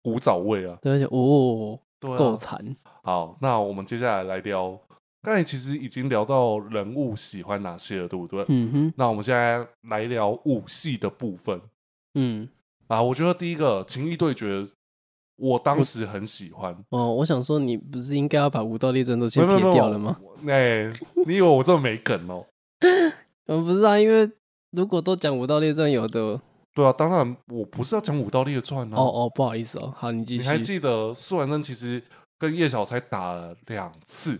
Speaker 1: 古早味啊，
Speaker 2: 对，而且哦，
Speaker 1: 对啊
Speaker 2: 够惨。
Speaker 1: 好，那我们接下来来聊，刚才其实已经聊到人物喜欢哪些了，对不对？
Speaker 2: 嗯哼，
Speaker 1: 那我们现在来聊武戏的部分
Speaker 2: 嗯，
Speaker 1: 啊，我觉得第一个情义对决，我当时很喜欢。
Speaker 2: 哦，我想说，你不是应该要把《武道列传》都
Speaker 1: 没
Speaker 2: 先
Speaker 1: 有
Speaker 2: 撇
Speaker 1: 没有
Speaker 2: 掉了吗？？
Speaker 1: 没有哎、你以为我这么没梗哦？
Speaker 2: 嗯，不是啊，因为如果都讲《武道列传》有的，哦
Speaker 1: 对啊，当然我不是要讲武道列传啊。
Speaker 2: 哦，不好意思哦，好，你继
Speaker 1: 你还
Speaker 2: 续。
Speaker 1: 记得苏兰珍其实跟叶小钗打了两次，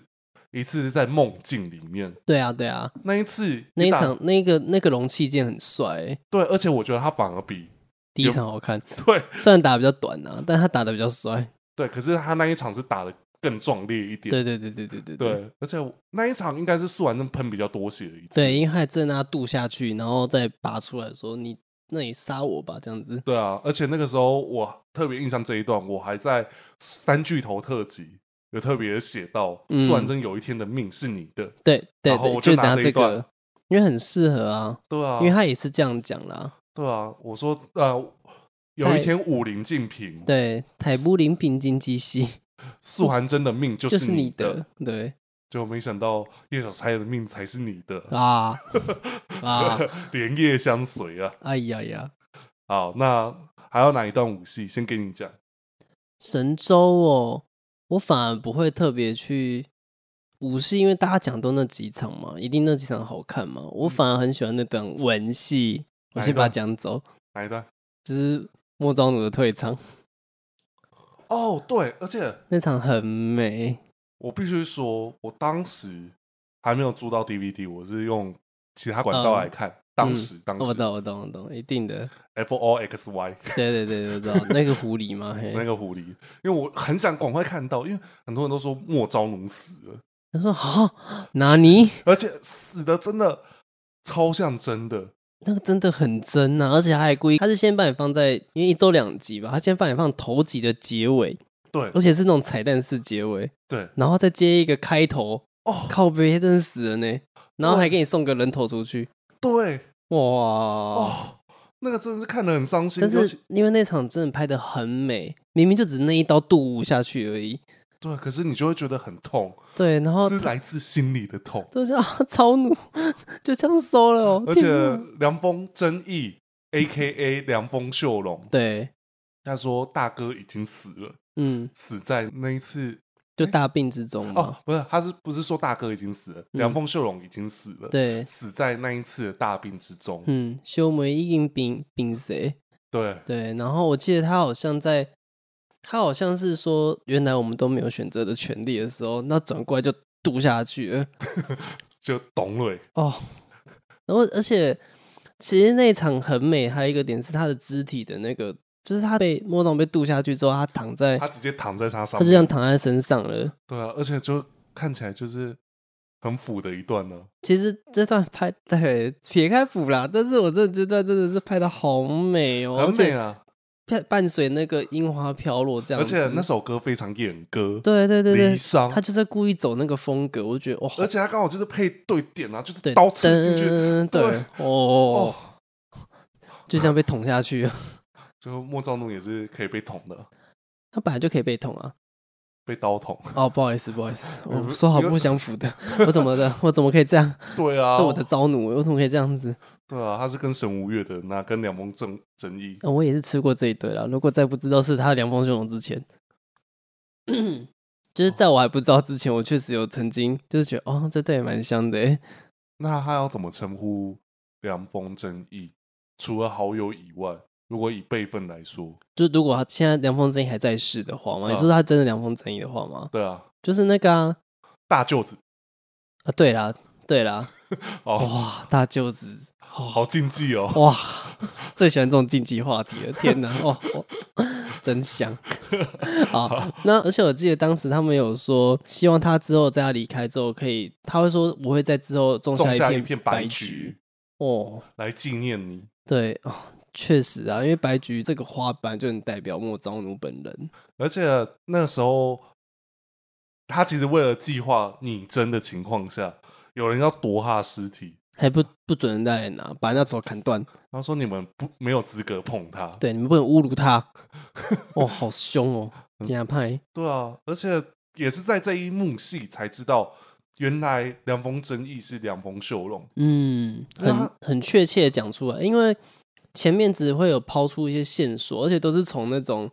Speaker 1: 一次是在梦境里面，
Speaker 2: 对啊，对啊，
Speaker 1: 那一次
Speaker 2: 那一
Speaker 1: 打
Speaker 2: 场那个那个容器剑很帅欸，
Speaker 1: 对，而且我觉得他反而比 (laughs)
Speaker 2: 第一
Speaker 1: 有
Speaker 2: 场好看，
Speaker 1: 对
Speaker 2: 虽然打得比较短啊，但他打的比较帅。
Speaker 1: 对，可是他那一场是打的更壮烈一点。
Speaker 2: 对对对对对对对
Speaker 1: 对，而且我那一场应该是素兰珍喷比较多血的一次。
Speaker 2: 对，因为他还正让他渡下去，然后再拔出来说：“你那你杀我吧。”这样子。
Speaker 1: 对啊，而且那个时候我特别印象这一段，我还在三巨头特辑有特别写到，
Speaker 2: 嗯
Speaker 1: 苏兰珍有一天的命是你的，
Speaker 2: 对对
Speaker 1: 然后
Speaker 2: 对，
Speaker 1: 我就拿
Speaker 2: 拿
Speaker 1: 这一
Speaker 2: 这
Speaker 1: 段
Speaker 2: 个，因为很适合啊，
Speaker 1: 对啊，
Speaker 2: 因为他也是这样讲啦。
Speaker 1: 对啊，我说呃，有一天武林竞平，
Speaker 2: 对，台布林平金鸡西
Speaker 1: 素涵真的命就
Speaker 2: 就是是
Speaker 1: 你
Speaker 2: 你
Speaker 1: 的，
Speaker 2: 的，对
Speaker 1: 就没想到叶小钗的命才是你的， (laughs)
Speaker 2: 啊啊，
Speaker 1: 连夜相随啊。
Speaker 2: 哎呀呀，
Speaker 1: 好，那还有哪一段武戏？先给你讲。
Speaker 2: 神州哦，我反而不会特别去。武戏，因为大家讲都那几场嘛，一定那几场好看嘛。我反而很喜欢那段文戏，
Speaker 1: 嗯
Speaker 2: 我
Speaker 1: 哪一
Speaker 2: 先把它
Speaker 1: 段
Speaker 2: 讲走，
Speaker 1: 哪一段？
Speaker 2: 就是莫昭奴的退场
Speaker 1: 哦，对，而且
Speaker 2: 那场很美，
Speaker 1: 我必须说，我当时还没有租到 DVD，我是用其他管道
Speaker 2: 嗯
Speaker 1: 来看。当时，当
Speaker 2: 我
Speaker 1: 时
Speaker 2: 懂我懂我懂，一定的，
Speaker 1: F O X Y
Speaker 2: 对对对，我知道那个狐狸嘛，嘿
Speaker 1: (laughs) 那，个狐狸，因为我很想赶快看到，因为很多人都说莫昭奴死了，
Speaker 2: 他说好，拿尼
Speaker 1: 而且死的真的超像真的。
Speaker 2: 那个真的很真啊呐、而且他还故意，他是先把你放在因为一周两集吧，他先把你放头集的结尾，
Speaker 1: 对
Speaker 2: 而且是那种彩蛋式结尾，
Speaker 1: 对
Speaker 2: 然后再接一个开头，
Speaker 1: 哦，
Speaker 2: 靠背真是死了呢，然后还给你送个人头出去，
Speaker 1: 对
Speaker 2: 哇！
Speaker 1: 哦，那个真的是看得很伤心。
Speaker 2: 但
Speaker 1: 尤其
Speaker 2: 是因为那场真的拍的很美，明明就只是那一刀度下去而已，
Speaker 1: 对，可是你就会觉得很痛，
Speaker 2: 哦对，然后
Speaker 1: 是来自心里的痛。
Speaker 2: 都是啊超怒， (laughs) 就这样收了哦，
Speaker 1: 而
Speaker 2: 天
Speaker 1: 且
Speaker 2: 哪
Speaker 1: 凉风真义 （A K A 凉风秀龙
Speaker 2: 对，）
Speaker 1: 他说大哥已经死了，
Speaker 2: 嗯，
Speaker 1: 死在那一次
Speaker 2: 就大病之中嘛，
Speaker 1: 哦，不是，他是不是说大哥已经死了？凉风秀龙已经死了，，
Speaker 2: 嗯对，
Speaker 1: 死在那一次的大病之中。
Speaker 2: 嗯，修眉已经病病谁？
Speaker 1: 对，
Speaker 2: 对，然后我记得他好像在，他好像是说，原来我们都没有选择的权利的时候，那转过来就读下去了
Speaker 1: 就欸董磊
Speaker 2: 哦。然后而且其实那一场很美，还有一个点是他的肢体的那个，就是他被莫总被渡下去之后，他躺在
Speaker 1: 他直接躺在他
Speaker 2: 他
Speaker 1: 上
Speaker 2: 就这
Speaker 1: 面，
Speaker 2: 样躺在身上了。
Speaker 1: 对啊，而且就看起来就是很腐的一段呢。
Speaker 2: 其实这段拍对撇开腐啦，但是我真的觉得真的是拍的好美哦，而
Speaker 1: 很美
Speaker 2: 且
Speaker 1: 啊！
Speaker 2: 伴伴随那个樱花飘落这样
Speaker 1: 而
Speaker 2: 子，
Speaker 1: 且那首歌非常演歌，
Speaker 2: 对对对对
Speaker 1: 离，伤
Speaker 2: 他，就在故意走那个风格，我觉得哇，好
Speaker 1: 而且他刚好就是配对点啊，就是
Speaker 2: 对，
Speaker 1: 刀刺进去，
Speaker 2: 噔
Speaker 1: 对
Speaker 2: 对，哦
Speaker 1: 哦，，
Speaker 2: 就这样被捅下去。
Speaker 1: 就莫兆奴也是可以被捅的，
Speaker 2: 他本来就可以被捅啊！
Speaker 1: 被刀捅。 (laughs)
Speaker 2: 哦，不好意思，不好意思，
Speaker 1: 不
Speaker 2: 我说好不相符的， (laughs) 我怎么的？我怎么可以
Speaker 1: (laughs)
Speaker 2: 这样？
Speaker 1: 对啊
Speaker 2: 这，我的招奴，我怎么可以这样子？
Speaker 1: 对啊，他是跟神无月的，那跟两峰正正义
Speaker 2: 呃我也是吃过这一堆了。如果在不知道是他的凉风汹龙之前，就是在我还不知道之前，我确实有曾经就是觉得，哦，这对也蛮香的欸。
Speaker 1: 那他要怎么称呼凉风正义？除了好友以外，如果以辈分来说，
Speaker 2: 就如果他现在凉风正义还在世的话嘛，你
Speaker 1: 嗯
Speaker 2: 说他真的凉风正义的话吗？
Speaker 1: 对啊，
Speaker 2: 就是那个啊，
Speaker 1: 大舅子
Speaker 2: 啊，对啦，对啦，
Speaker 1: 哦，
Speaker 2: 哇，大舅子，哦
Speaker 1: 好禁忌哦。
Speaker 2: (laughs) 哇，最喜欢这种竞技话题了，天哪，哦，哦真香！好，那而且我记得当时他们有说，希望他之后在他离开之后，可以，他会说我会在之后种
Speaker 1: 种下
Speaker 2: 一
Speaker 1: 一片
Speaker 2: 白
Speaker 1: 白菊
Speaker 2: 哦，
Speaker 1: 来纪念你，
Speaker 2: 对哦，确实啊，因为白菊这个花瓣就很代表莫昭奴本人，
Speaker 1: 而且那时候他其实为了计划拟真的情况下，有人要夺他的尸体，
Speaker 2: 还不不准人再来拿，把人家手砍断，
Speaker 1: 他说你们不没有资格碰他。
Speaker 2: 对，你们不能侮辱他，哦，好凶哦，这样派。
Speaker 1: 对啊，而且也是在这一幕戏才知道，原来凉风真义是凉风秀龙。
Speaker 2: 嗯，
Speaker 1: 对啊
Speaker 2: 很很确切地讲出来，因为前面只会有抛出一些线索，而且都是从那种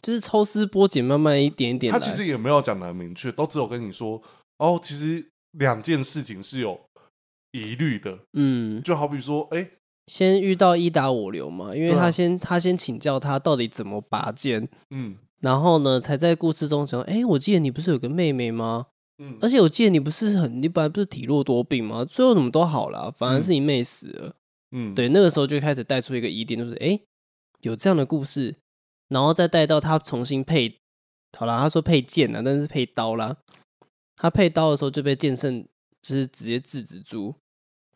Speaker 2: 就是抽丝剥茧，慢慢一点一点
Speaker 1: 他
Speaker 2: 来。
Speaker 1: 其实也没有讲的很明确，都只有跟你说哦，其实两件事情是有疑虑的，
Speaker 2: 嗯，
Speaker 1: 就好比说，哎、
Speaker 2: 先遇到一打我留嘛，因为
Speaker 1: 对啊
Speaker 2: 他先、他先请教他到底怎么拔剑，
Speaker 1: 嗯
Speaker 2: 然后呢才在故事中讲，哎、我记得你不是有个妹妹吗？
Speaker 1: 嗯
Speaker 2: 而，且我记得你不是很你本来不是体弱多病吗？最后怎么都好了，啊反而是你妹死了。
Speaker 1: 嗯，
Speaker 2: 对，那个时候就开始带出一个疑点，就是诶，有这样的故事，然后再带到他重新配，好啦，他说配剑了，但是配刀啦，他配刀的时候就被剑圣就是直接制止住，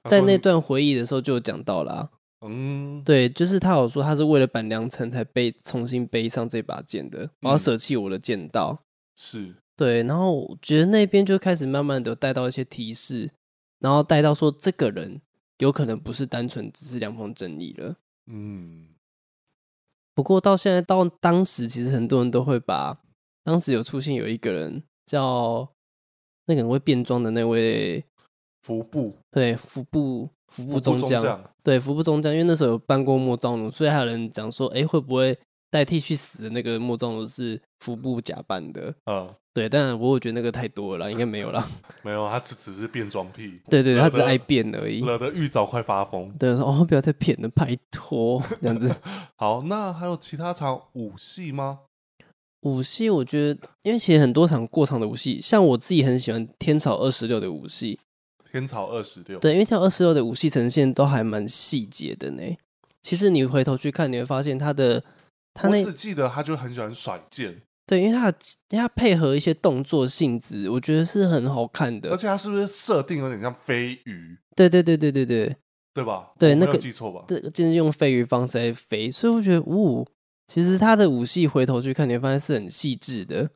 Speaker 1: 他
Speaker 2: 在
Speaker 1: 说
Speaker 2: 那
Speaker 1: 你，
Speaker 2: 段回忆的时候就有讲到啦，
Speaker 1: 嗯，
Speaker 2: 对，就是他有说他是为了板梁城才背重新背上这把剑的，我要
Speaker 1: 嗯
Speaker 2: 舍弃我的剑道，
Speaker 1: 是，
Speaker 2: 对，然后我觉得那边就开始慢慢的带到一些提示，然后带到说这个人有可能不是单纯只是凉风正义了。
Speaker 1: 嗯，
Speaker 2: 不过到现在到当时，其实很多人都会把当时有出现有一个人叫那个很会变装的那位，
Speaker 1: 服部
Speaker 2: 对服部服部
Speaker 1: 服部
Speaker 2: 中
Speaker 1: 中
Speaker 2: 将，
Speaker 1: 将
Speaker 2: 对服部中将，因为那时候有办过莫昭奴，所以还有人讲说，哎，会不会代替去死的那个莫昭奴是服部假扮的？
Speaker 1: 呃，
Speaker 2: 对，但我我觉得那个太多了啦，应该没有啦。 (laughs)
Speaker 1: 没有，他只只是变装癖，
Speaker 2: 对对，对他只是
Speaker 1: 惹得
Speaker 2: 爱变而已。
Speaker 1: 惹得玉藻快发疯。
Speaker 2: 对，说哦，不要再骗了，拜托，这样子。
Speaker 1: 好，那还有其他场武戏吗？
Speaker 2: 武戏，我觉得，因为其实很多场过场的武戏，像我自己很喜欢天草二十六的武戏，
Speaker 1: 天草二十六，
Speaker 2: 对，因为天草二十六的武戏呈现都还蛮细节的呢。其实你回头去看，你会发现他的他
Speaker 1: 我
Speaker 2: 那
Speaker 1: 只记得他就很喜欢甩剑，
Speaker 2: 对，因为他的因为他配合一些动作性质，我觉得是很好看
Speaker 1: 而
Speaker 2: 的。
Speaker 1: 且他是不是设定有点像飞鱼？
Speaker 2: 对对对对对对，
Speaker 1: 对吧？
Speaker 2: 对
Speaker 1: 我没有
Speaker 2: 那个
Speaker 1: 记错吧？
Speaker 2: 这就是用飞鱼方式来飞，所以我觉得，呜、其实他的武戏回头去看，你会发现是很细致的。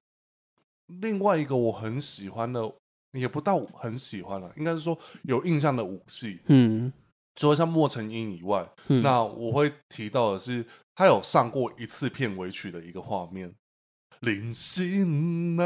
Speaker 1: 另外一个我很喜欢的，也不到很喜欢了，应该是说有印象的武戏，
Speaker 2: 嗯
Speaker 1: 除了像莫成英以外，
Speaker 2: 嗯，
Speaker 1: 那我会提到的是，他有上过一次片尾曲的一个画面，林心呐、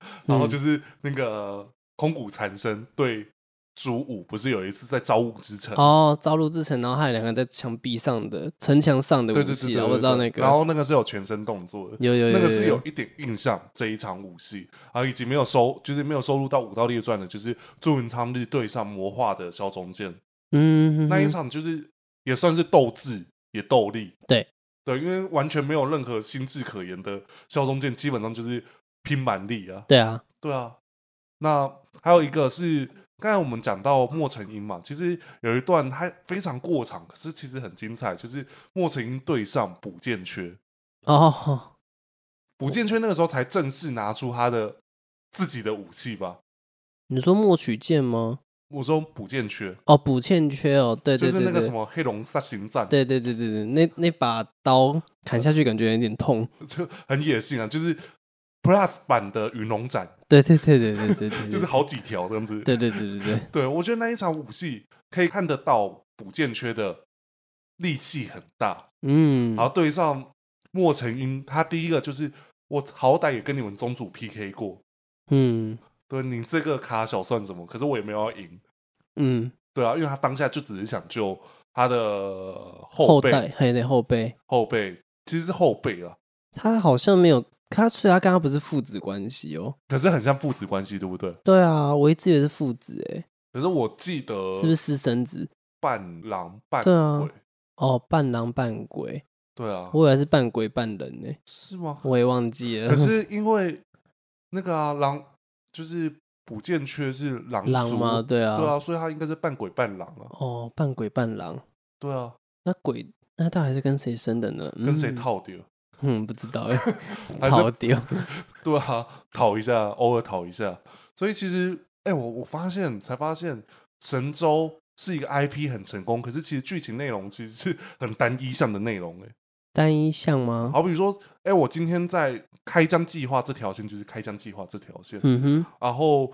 Speaker 2: 嗯
Speaker 1: 然后就是那个空谷残生对主舞，不是有一次在招舞之城。
Speaker 2: 哦，朝露之城，然后还有两个在墙壁上的城墙上的
Speaker 1: 对
Speaker 2: 武
Speaker 1: 对对
Speaker 2: 戏
Speaker 1: 对
Speaker 2: 啊，
Speaker 1: 对，
Speaker 2: 我知道
Speaker 1: 对
Speaker 2: 那个。
Speaker 1: 然后那个是有全身动作的，
Speaker 2: 有有有
Speaker 1: 那个是有
Speaker 2: 有
Speaker 1: 一点印象这一场武戏，啊，以及没有收，就是没有收录到《武道列传》的，就是朱文昌日对上魔化的萧中剑，
Speaker 2: 嗯，
Speaker 1: 那一
Speaker 2: 嗯
Speaker 1: 场就是也算是斗智也斗力，
Speaker 2: 对
Speaker 1: 对，因为完全没有任何心智可言的肖中剑，基本上就是拼蛮力啊，
Speaker 2: 对啊，
Speaker 1: 对啊。那还有一个是刚才我们讲到莫成英嘛，其实有一段他非常过场，可是其实很精彩，就是莫成英对上卜剑缺，
Speaker 2: 哦，
Speaker 1: 卜剑缺那个时候才正式拿出他的自己的武器吧。
Speaker 2: 你说默取剑吗？
Speaker 1: 我说卜剑缺
Speaker 2: 哦，补欠缺哦，对
Speaker 1: 就
Speaker 2: 对
Speaker 1: 是
Speaker 2: 对
Speaker 1: 那个什
Speaker 2: 对，
Speaker 1: 么黑龙杀行战，
Speaker 2: 对对对对对，那那把刀砍下去感觉有点痛。
Speaker 1: (laughs) 就很野性啊，就是 Plus 版的云龙斩。
Speaker 2: 对对对对对对对，
Speaker 1: (laughs) 就是好几条这样子。
Speaker 2: 对对对对对，
Speaker 1: 对，我觉得那一场武戏可以看得到补剑缺的力气很大，
Speaker 2: 嗯，
Speaker 1: 然后对上莫成英，他第一个就是我好歹也跟你们宗主 PK 过，
Speaker 2: 嗯
Speaker 1: 对你这个卡小算什么？可是我也没有要赢，
Speaker 2: 嗯，
Speaker 1: 对啊，因为他当下就只是想救他的
Speaker 2: 后
Speaker 1: 后辈，
Speaker 2: 代还有点后辈，
Speaker 1: 后辈其实是后辈啊，
Speaker 2: 他好像没有他，所以他跟他不是父子关系哦。
Speaker 1: 可是很像父子关系，对不对？
Speaker 2: 对啊，我一直以为是父子，哎，
Speaker 1: 可是我记得
Speaker 2: 是不是私生子？
Speaker 1: 伴郎伴
Speaker 2: 对啊
Speaker 1: 鬼，
Speaker 2: 哦，半狼半鬼，
Speaker 1: 对啊，
Speaker 2: 我以为是半鬼半人呢，
Speaker 1: 是吗？
Speaker 2: 我也忘记了。
Speaker 1: 可是因为那个啊，狼就是补剑缺是狼
Speaker 2: 狼
Speaker 1: 族
Speaker 2: 吗？对啊，
Speaker 1: 对啊，所以他应该是半鬼半狼啊。
Speaker 2: 哦，半鬼半狼，
Speaker 1: 对啊，
Speaker 2: 那鬼那到底是跟谁生的呢？
Speaker 1: 跟谁
Speaker 2: 嗯？
Speaker 1: 套的？
Speaker 2: 嗯，不知道哎，
Speaker 1: (laughs)
Speaker 2: (laughs)
Speaker 1: 还
Speaker 2: 逃
Speaker 1: 是
Speaker 2: 丢。
Speaker 1: (laughs) 对啊，讨一下，偶尔讨一下。所以其实，哎、我我发现才发现，神州是一个 IP 很成功，可是其实剧情内容其实是很单一项的内容、欸。
Speaker 2: 单一项吗？
Speaker 1: 好比说，哎、我今天在开疆计划这条线就是开疆计划这条线，
Speaker 2: 嗯哼，
Speaker 1: 然后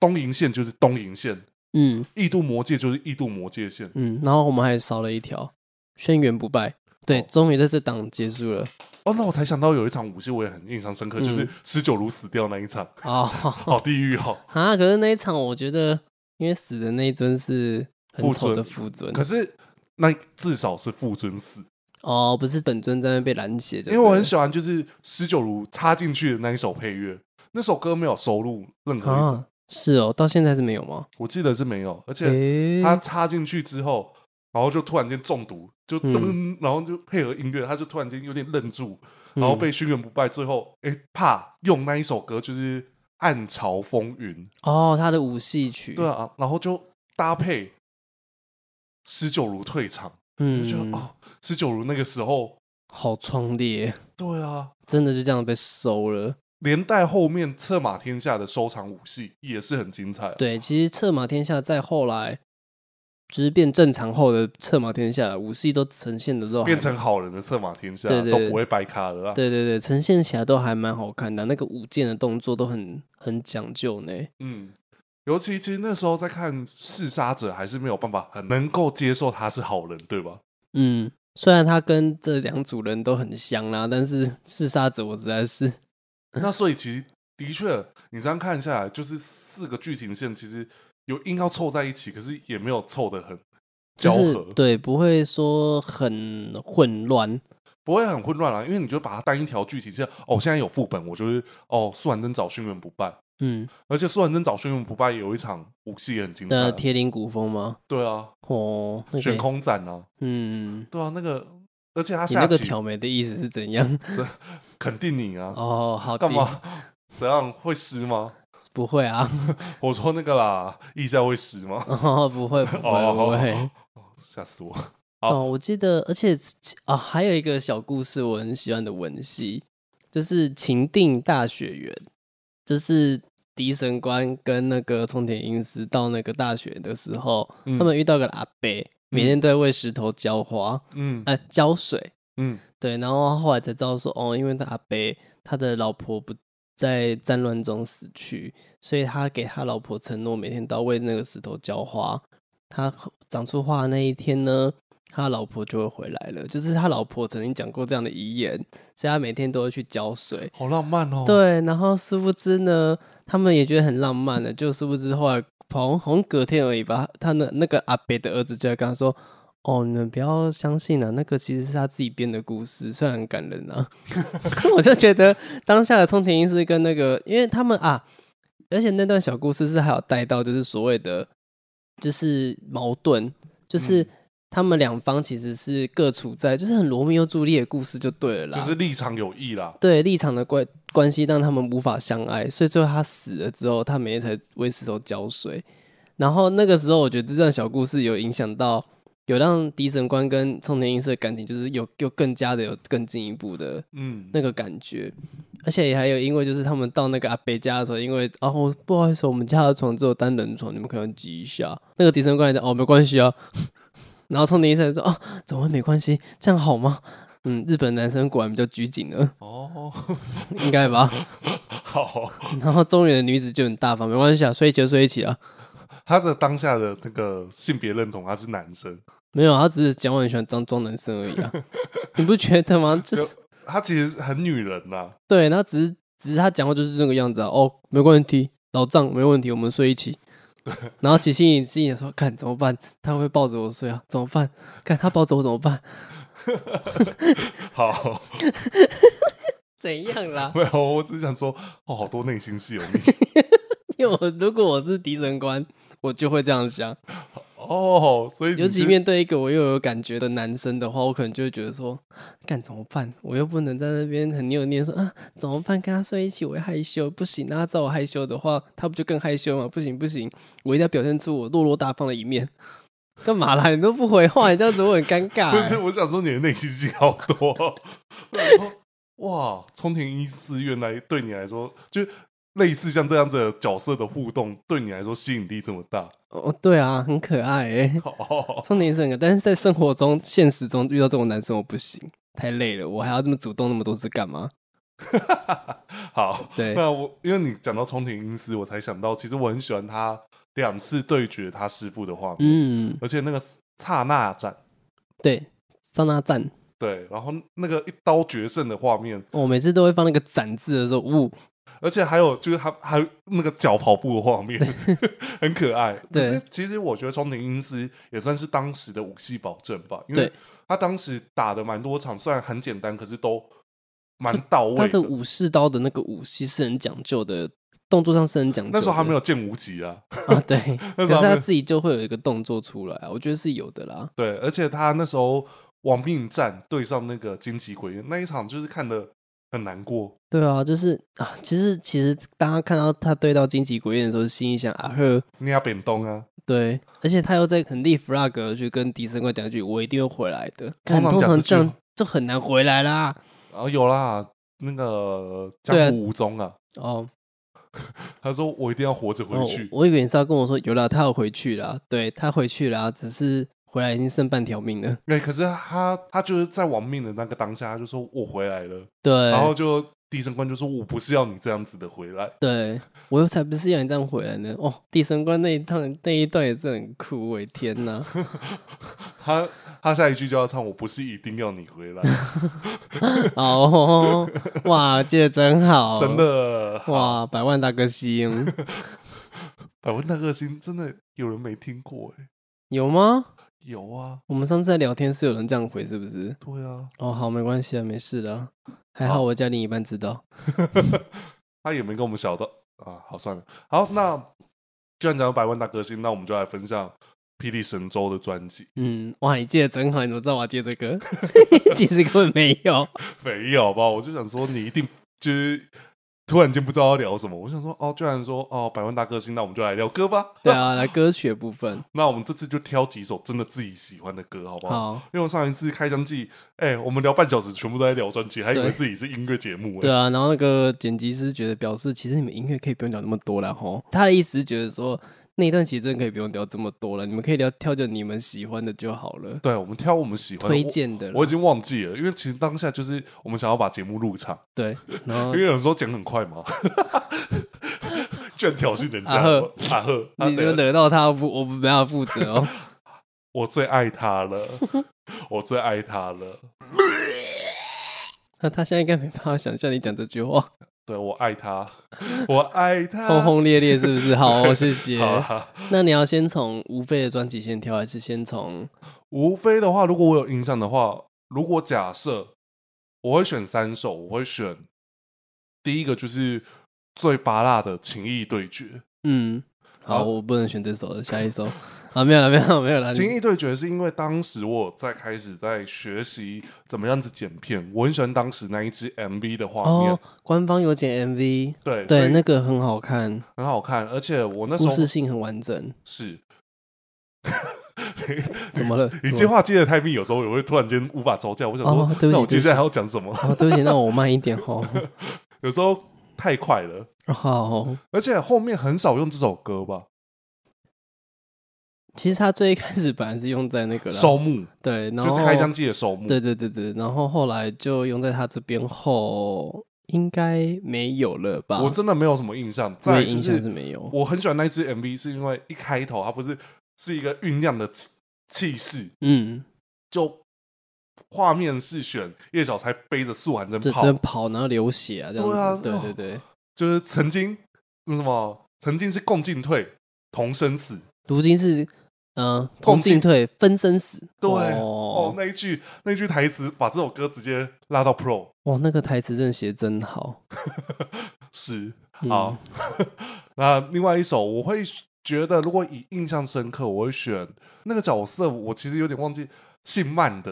Speaker 1: 东营线就是东营线，
Speaker 2: 嗯
Speaker 1: 异度魔界就是异度魔界线。
Speaker 2: 嗯，然后我们还少了一条，轩辕不败。对，
Speaker 1: 哦
Speaker 2: 终于在这档结束了。
Speaker 1: 哦，那我才想到有一场武戏我也很印象深刻，
Speaker 2: 嗯
Speaker 1: 就是十九如死掉那一
Speaker 2: (laughs)
Speaker 1: 场，
Speaker 2: 哦，
Speaker 1: 好地狱哦。
Speaker 2: 啊！可是那一场，我觉得因为死的那一尊是很
Speaker 1: 父
Speaker 2: 丑
Speaker 1: 尊
Speaker 2: 的父尊，
Speaker 1: 可是那至少是父尊死，
Speaker 2: 哦，不是本尊在那边被拦截就
Speaker 1: 因
Speaker 2: 对了，
Speaker 1: 为我很喜欢就是十九如插进去的那一首配乐，那首歌没有收录任何一张，
Speaker 2: 啊，是哦，到现在是没有吗？
Speaker 1: 我记得是没有，而且
Speaker 2: 诶，
Speaker 1: 他插进去之后，然后就突然间中毒，就
Speaker 2: 嗯
Speaker 1: 噔，然后就配合音乐，他就突然间有点愣住，然后
Speaker 2: 嗯
Speaker 1: 被轩辕不败最后哎、怕用那一首歌就是《暗潮风云》。
Speaker 2: 哦，他的武戏曲，
Speaker 1: 对啊，然后就搭配十九如退场，
Speaker 2: 嗯，
Speaker 1: 就觉得哦，十九如那个时候，
Speaker 2: 好壮烈，
Speaker 1: 对啊，
Speaker 2: 真的就这样被收了。
Speaker 1: 连带后面策马天下的收场武戏也是很精彩、，
Speaker 2: 对，其实策马天下在后来就是变正常后的策马天下了，武戏都呈现的都还
Speaker 1: 变成好人的策马天下
Speaker 2: 对对
Speaker 1: 都不会白卡了啦。啊
Speaker 2: 对对对，呈现起来都还蛮好看的，那个舞剑的动作都很很讲究呢。
Speaker 1: 嗯，尤其其实那时候在看弑杀者，还是没有办法很能够接受他是好人，对吧？
Speaker 2: 嗯，虽然他跟这两组人都很像啦，但是 (laughs) 刺杀者我实在是嗯
Speaker 1: 那所以其实的确，你这样看下来，就是四个剧情线其实有硬要凑在一起，可是也没有凑的很
Speaker 2: 就
Speaker 1: 交合。
Speaker 2: 是对，不会说很混乱。
Speaker 1: 不会很混乱啊啦，因为你就把它当一条剧情，是哦，现在有副本，我就是哦，苏完真找轩辕不败，
Speaker 2: 嗯，
Speaker 1: 而且苏完真找轩辕不败有一场武戏也很精彩啊
Speaker 2: 那，铁岭古风吗？
Speaker 1: 对啊，
Speaker 2: 哦，那
Speaker 1: 悬
Speaker 2: 个，
Speaker 1: 空斩啊，
Speaker 2: 嗯，
Speaker 1: 对啊，那个，而且他
Speaker 2: 你那
Speaker 1: 下
Speaker 2: 个
Speaker 1: 棋
Speaker 2: 挑眉的意思是怎样？
Speaker 1: 肯定你啊，
Speaker 2: 哦，好的
Speaker 1: 干，嘛？怎样会湿吗？
Speaker 2: 不会啊， (laughs)
Speaker 1: 我说那个啦，意下会湿吗？
Speaker 2: 哦，不会，不会，不会。
Speaker 1: 哦吓死我！好
Speaker 2: 哦，我记得，而且啊，还有一个小故事我很喜欢的文戏，就是秦定大雪原，就是狄神官跟那个冲田英司到那个大学的时候，
Speaker 1: 嗯
Speaker 2: 他们遇到个阿伯，每天都在为石头浇花，
Speaker 1: 嗯
Speaker 2: 呃，浇水。
Speaker 1: 嗯
Speaker 2: 对，然后后来才知道说，哦，因为他阿伯他的老婆不在战乱中死去，所以他给他老婆承诺，每天都要为那个石头浇花。他长出花的那一天呢，他老婆就会回来了。就是他老婆曾经讲过这样的遗言，所以他每天都会去浇水。
Speaker 1: 好浪漫哦。，
Speaker 2: 对，然后殊不知呢，他们也觉得很浪漫的，就殊不知后来好像好像隔天而已吧，他那那个阿伯的儿子就在跟他说：“哦，你们不要相信啊，那个其实是他自己编的故事，虽然很感人
Speaker 1: (laughs)
Speaker 2: 啊。”我就觉得当下的冲田英是跟那个，因为他们啊，而且那段小故事是还有带到就是所谓的就是矛盾，就是。
Speaker 1: 嗯
Speaker 2: 他们两方其实是各处在，就是很罗密欧朱丽叶的故事就对了啦，
Speaker 1: 就是立场有异啦。
Speaker 2: 对立场的关关系让他们无法相爱，所以最后他死了之后，他每天才为石头浇水。然后那个时候，我觉得这段小故事有影响到，有让狄神官跟冲田英社的感情就是有有更加的有更进一步的
Speaker 1: 嗯，
Speaker 2: 那个感觉，而且也还有因为就是他们到那个阿北家的时候，因为哦不好意思，我们家的床只有单人床，你们可能挤一下。那个迪生官也讲哦没关系啊， (laughs) 然后冲田医生说哦怎么会没关系？这样好吗？嗯，日本男生果然比较拘谨呢，
Speaker 1: 哦，
Speaker 2: 应该吧。 (laughs)
Speaker 1: 好，
Speaker 2: 然后中原的女子就很大方，没关系啊，睡一起就睡一起啊。
Speaker 1: 他的当下的那个性别认同他是男生，
Speaker 2: 没有啊，他只是讲话很喜欢装装男生而已啊，你不觉得吗？就是
Speaker 1: 他其实很女人呐。
Speaker 2: 对，然后只是只是他讲话就是这个样子啊，哦，没问题，老丈没问题，我们睡一起。然后其实心里心里说，看怎么办？他会不会抱着我睡啊？怎么办？看他抱着我怎么办？
Speaker 1: 好，
Speaker 2: (laughs)
Speaker 1: (laughs)
Speaker 2: 怎样啦？
Speaker 1: 没有，我只是想说，哦，好多内心戏有你。
Speaker 2: (laughs) 因为我如果我是敌神官，我就会这样想。
Speaker 1: 哦，所以你
Speaker 2: (laughs) 尤其
Speaker 1: 是
Speaker 2: 面对一个我又有感觉的男生的话，我可能就会觉得说， (gasps) 干怎么办？我又不能在那边很扭捏说啊，怎么办？跟他睡一起我会害羞，不行。那他知道我害羞的话，他不就更害羞吗？不行不行，我一定要表现出我落落大方的一面。 (laughs) 干嘛啦？你都不回话，你这样子我很尴
Speaker 1: (laughs)
Speaker 2: 尬、
Speaker 1: 不是，
Speaker 2: 欸。
Speaker 1: 我想说你的内心戏好多。我想说哇，冲田一四原来对你来说，就类似像这样子的角色的互动，对你来说吸引力这么大。
Speaker 2: 哦，对啊，很可爱诶、欸。
Speaker 1: 哦，
Speaker 2: 充电是很可爱，但是在生活中、现实中遇到这种男生我不行，太累了，我还要这么主动那么多次干嘛？
Speaker 1: 好，
Speaker 2: 对
Speaker 1: 那我因为你讲到冲田英司，我才想到，其实我很喜欢他两次对决他师傅的画面，
Speaker 2: 嗯，
Speaker 1: 而且那个刹那战，
Speaker 2: 对，上那站。
Speaker 1: 对，然后那个一刀决胜的画面，
Speaker 2: 哦我每次都会放那个“展”字的时候，呜、
Speaker 1: 而且还有就是他还有那个脚跑步的画面，很可爱。
Speaker 2: 对
Speaker 1: 可是其实我觉得冲田英司也算是当时的武器保证吧，因为
Speaker 2: 对
Speaker 1: 他当时打的蛮多场，虽然很简单，可是都蛮到
Speaker 2: 他
Speaker 1: 位
Speaker 2: 的武士刀的那个武器是很讲究的，动作上是很讲究的。
Speaker 1: 那时候还没有剑无极啊，
Speaker 2: 啊，对，
Speaker 1: (laughs) 那
Speaker 2: 可
Speaker 1: 时
Speaker 2: 是
Speaker 1: 候还没
Speaker 2: 他
Speaker 1: 有
Speaker 2: 自己就会有一个动作出来啊，我觉得是有的啦。
Speaker 1: 对，而且他那时候亡命战对上那个荆棘鬼那一场，就是看的很难过。
Speaker 2: 对啊，就是啊，其实其实大家看到他对到荆棘鬼宴的时候，心里想啊呵，
Speaker 1: 你要扁东啊，
Speaker 2: 对，而且他又在很立 flag 地去跟迪生怪讲一句“我一定会回来的”，看
Speaker 1: 通常
Speaker 2: 通
Speaker 1: 讲这
Speaker 2: 常
Speaker 1: 句
Speaker 2: 这样就很难回来啦。
Speaker 1: 然后啊有啦，那个
Speaker 2: 对
Speaker 1: 江
Speaker 2: 啊
Speaker 1: 湖无踪啊，
Speaker 2: 哦，
Speaker 1: 他说我一定要活着回
Speaker 2: 哦
Speaker 1: 去。
Speaker 2: 我以为你是要跟我说有啦，他要回去啦，对他回去啦，只是回来已经剩半条命了。
Speaker 1: 对，可是他他就是在亡命的那个当下，他就说我回来了，
Speaker 2: 对，
Speaker 1: 然后就低声官就说我不是要你这样子的回来，
Speaker 2: 对我又才不是要你这样回来呢！哦，地神官那一趟那一段也是很酷，我的天哪！
Speaker 1: 他他下一句就要唱我不是一定要你回
Speaker 2: (laughs)
Speaker 1: 来，
Speaker 2: 哦，哇，记得真好，
Speaker 1: 真的好
Speaker 2: 哦哇，百万大歌星
Speaker 1: 百万大歌星真的有人没听过哎、
Speaker 2: 有吗？
Speaker 1: 有啊，
Speaker 2: 我们上次在聊天是有人这样回是不是？
Speaker 1: 对啊，
Speaker 2: 哦，好，没关系啊，没事的啊，还好
Speaker 1: 好
Speaker 2: 我家另一半知道。
Speaker 1: 他也没跟我们小到啊，好算了，好那既然讲到百万大歌星，那我们就来分享霹雳神州的专辑，
Speaker 2: 嗯，哇，你记得真好，你怎么知道我要接这个？ (laughs) 其实根本没有。
Speaker 1: 没有吧？我就想说，你一定就是突然间不知道要聊什么。我想说，哦，居然说哦，百万大歌星，那我们就来聊歌吧。
Speaker 2: 对啊，来歌曲的部分，
Speaker 1: 那我们这次就挑几首真的自己喜欢的歌，好不好？
Speaker 2: 好，
Speaker 1: 因为我上一次开箱季，哎、我们聊半小时，全部都在聊专辑，还以为
Speaker 2: 对
Speaker 1: 自己是音乐节目、哎
Speaker 2: 对啊，然后那个剪辑师觉得表示，其实你们音乐可以不用聊那么多了吼。他的意思是觉得说，那一段其实真的可以不用聊这么多了，你们可以聊挑着你们喜欢的就好了，
Speaker 1: 对，我们哎挑我们喜欢的
Speaker 2: 推。荐的啦
Speaker 1: 我我已经忘记了，因为其实当下就是我们想要把节目录长， (laughs)
Speaker 2: 对，然后
Speaker 1: 因为有人说剪很快嘛， (laughs) 居然挑衅人家
Speaker 2: 阿赫，
Speaker 1: 阿赫，啊
Speaker 2: 你就
Speaker 1: 对
Speaker 2: 惹到他，我不我不没办法负责哦。 (laughs)
Speaker 1: 我最爱他了，我最爱他了，
Speaker 2: 那他现在应该没办法想象你讲这
Speaker 1: (laughs)
Speaker 2: 句话，
Speaker 1: 对我爱
Speaker 2: (laughs)
Speaker 1: 他，我爱他，
Speaker 2: 轰轰烈烈是不是？好、哦，谢谢。
Speaker 1: (laughs) 好啊
Speaker 2: 那你要先从吴飞的专辑先挑，还是先从
Speaker 1: 无非的话，如果我有印象的话，如果假设我会选三首，我会选第一个就是最拔辣的《情谊对决
Speaker 2: 嗯？好，
Speaker 1: 好
Speaker 2: 我不能选这首了，下一首啊，没有了，没有了，没有了。》。
Speaker 1: 《情
Speaker 2: 你
Speaker 1: 谊对决》是因为当时我在开始在学习怎么样子剪片，我很喜欢当时那一支 MV 的画面，
Speaker 2: 哦，官方有剪 MV，
Speaker 1: 对所
Speaker 2: 对，
Speaker 1: 以
Speaker 2: 那个很好看，
Speaker 1: 很好看，而且我那时
Speaker 2: 故
Speaker 1: 候
Speaker 2: 事性很完整。 (laughs)
Speaker 1: 是。 (laughs)
Speaker 2: 怎么了？
Speaker 1: 你
Speaker 2: 怎
Speaker 1: 接
Speaker 2: 么
Speaker 1: 话接的太密，有时候我会突然间无法招架。我想说，
Speaker 2: 哦对不起
Speaker 1: 那我接下来
Speaker 2: 对不起
Speaker 1: 还要讲什么？
Speaker 2: 哦，对不起，那我慢一点哦。
Speaker 1: 有时候太快了，
Speaker 2: 好，
Speaker 1: 而且后面很少用这首歌吧？
Speaker 2: 其实他最一开始本来是用在那个啦
Speaker 1: 收幕，
Speaker 2: 对，然
Speaker 1: 就
Speaker 2: 后
Speaker 1: 是开张季的首幕。
Speaker 2: 对对对对，然后后来就用在他这边后，应该没有了吧？
Speaker 1: 我真的没有什么印象。
Speaker 2: 我
Speaker 1: 再来
Speaker 2: 也
Speaker 1: 就
Speaker 2: 印象是
Speaker 1: 是
Speaker 2: 啊没有。
Speaker 1: 我很喜欢那一支 MV，是因为一开头它不是是一个酝酿的气气势，
Speaker 2: 嗯，
Speaker 1: 就画面是选叶小钗背着素还真
Speaker 2: 这
Speaker 1: 跑，
Speaker 2: 真跑，然后流血啊，这
Speaker 1: 对啊
Speaker 2: 样子。对
Speaker 1: 哦
Speaker 2: 对对，
Speaker 1: 就是曾经那什么，曾经是共进退，同生死。
Speaker 2: 毒精是嗯，
Speaker 1: 共
Speaker 2: 同
Speaker 1: 进
Speaker 2: 进退，分生死。
Speaker 1: 对，哦
Speaker 2: 哦，，
Speaker 1: 那一句那一句台词把这首歌直接拉到 Pro
Speaker 2: 哇，那个台词真的写真好。
Speaker 1: 是
Speaker 2: 嗯
Speaker 1: 好，， (laughs) 那另外一首我会觉得，如果以印象深刻，我会选那个角色，我其实有点忘记，姓曼的，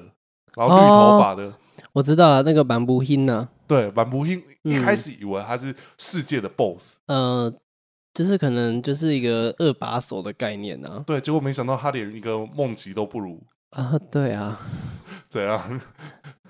Speaker 1: 然后绿
Speaker 2: 哦
Speaker 1: 头发的，
Speaker 2: 我知道了，那个满不hin 呢，
Speaker 1: 对，满不英
Speaker 2: 嗯
Speaker 1: 一开始以为他是世界的 BOSS，、
Speaker 2: 呃，就是可能就是一个二把手的概念啊呢。
Speaker 1: 对，结果没想到他连一个梦吉都不如，
Speaker 2: 啊，对啊，
Speaker 1: 怎样？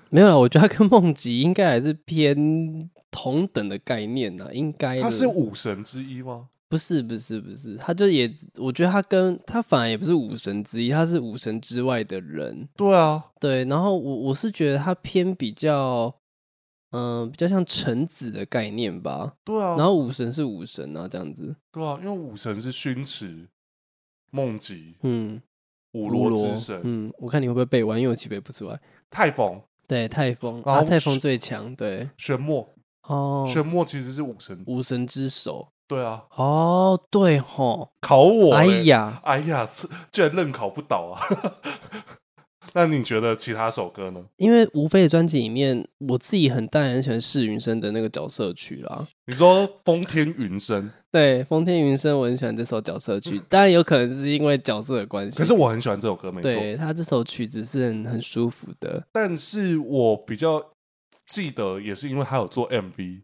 Speaker 2: 没有啦，我觉得他跟梦吉应该还是偏同等的概念呢、应该的
Speaker 1: 他是武神之一吗？
Speaker 2: 不是不是不是，他就也我觉得他跟他反而也不是武神之一，他是武神之外的人。
Speaker 1: 对啊，
Speaker 2: 对，然后我我是觉得他偏比较，嗯、比较像臣子的概念吧。
Speaker 1: 对
Speaker 2: 然
Speaker 1: 啊，
Speaker 2: 后武神是武神啊，这样子，
Speaker 1: 对啊，因为武神是熏池、梦吉、
Speaker 2: 嗯，
Speaker 1: 五
Speaker 2: 罗
Speaker 1: 罗之神、
Speaker 2: 嗯，我看你会不会背完，因为我其实背不出来。
Speaker 1: 泰冯、
Speaker 2: 对，泰风
Speaker 1: 然
Speaker 2: 啊，
Speaker 1: 后
Speaker 2: 泰风最强，对，
Speaker 1: 玄墨，
Speaker 2: 哦，
Speaker 1: 玄墨其实是武神，
Speaker 2: 武神之首，
Speaker 1: 对啊，
Speaker 2: 哦，对吼，
Speaker 1: 考我、
Speaker 2: 哎
Speaker 1: 欸，
Speaker 2: 呀，
Speaker 1: (laughs) 哎呀，是居然认考不倒啊！ (laughs) 那你觉得其他首歌呢？
Speaker 2: 因为吴飞的专辑里面，我自己很当然很喜欢释云生的那个角色曲啦。
Speaker 1: 你说风天云
Speaker 2: (laughs)
Speaker 1: 生，
Speaker 2: 对，风天云生，我很喜欢这首角色曲，当然有可能是因为角色的关系。
Speaker 1: 可是我很喜欢这首歌，没错。
Speaker 2: 对他这首曲子是很很舒服的。
Speaker 1: 但是我比较记得，也是因为他有做 MV。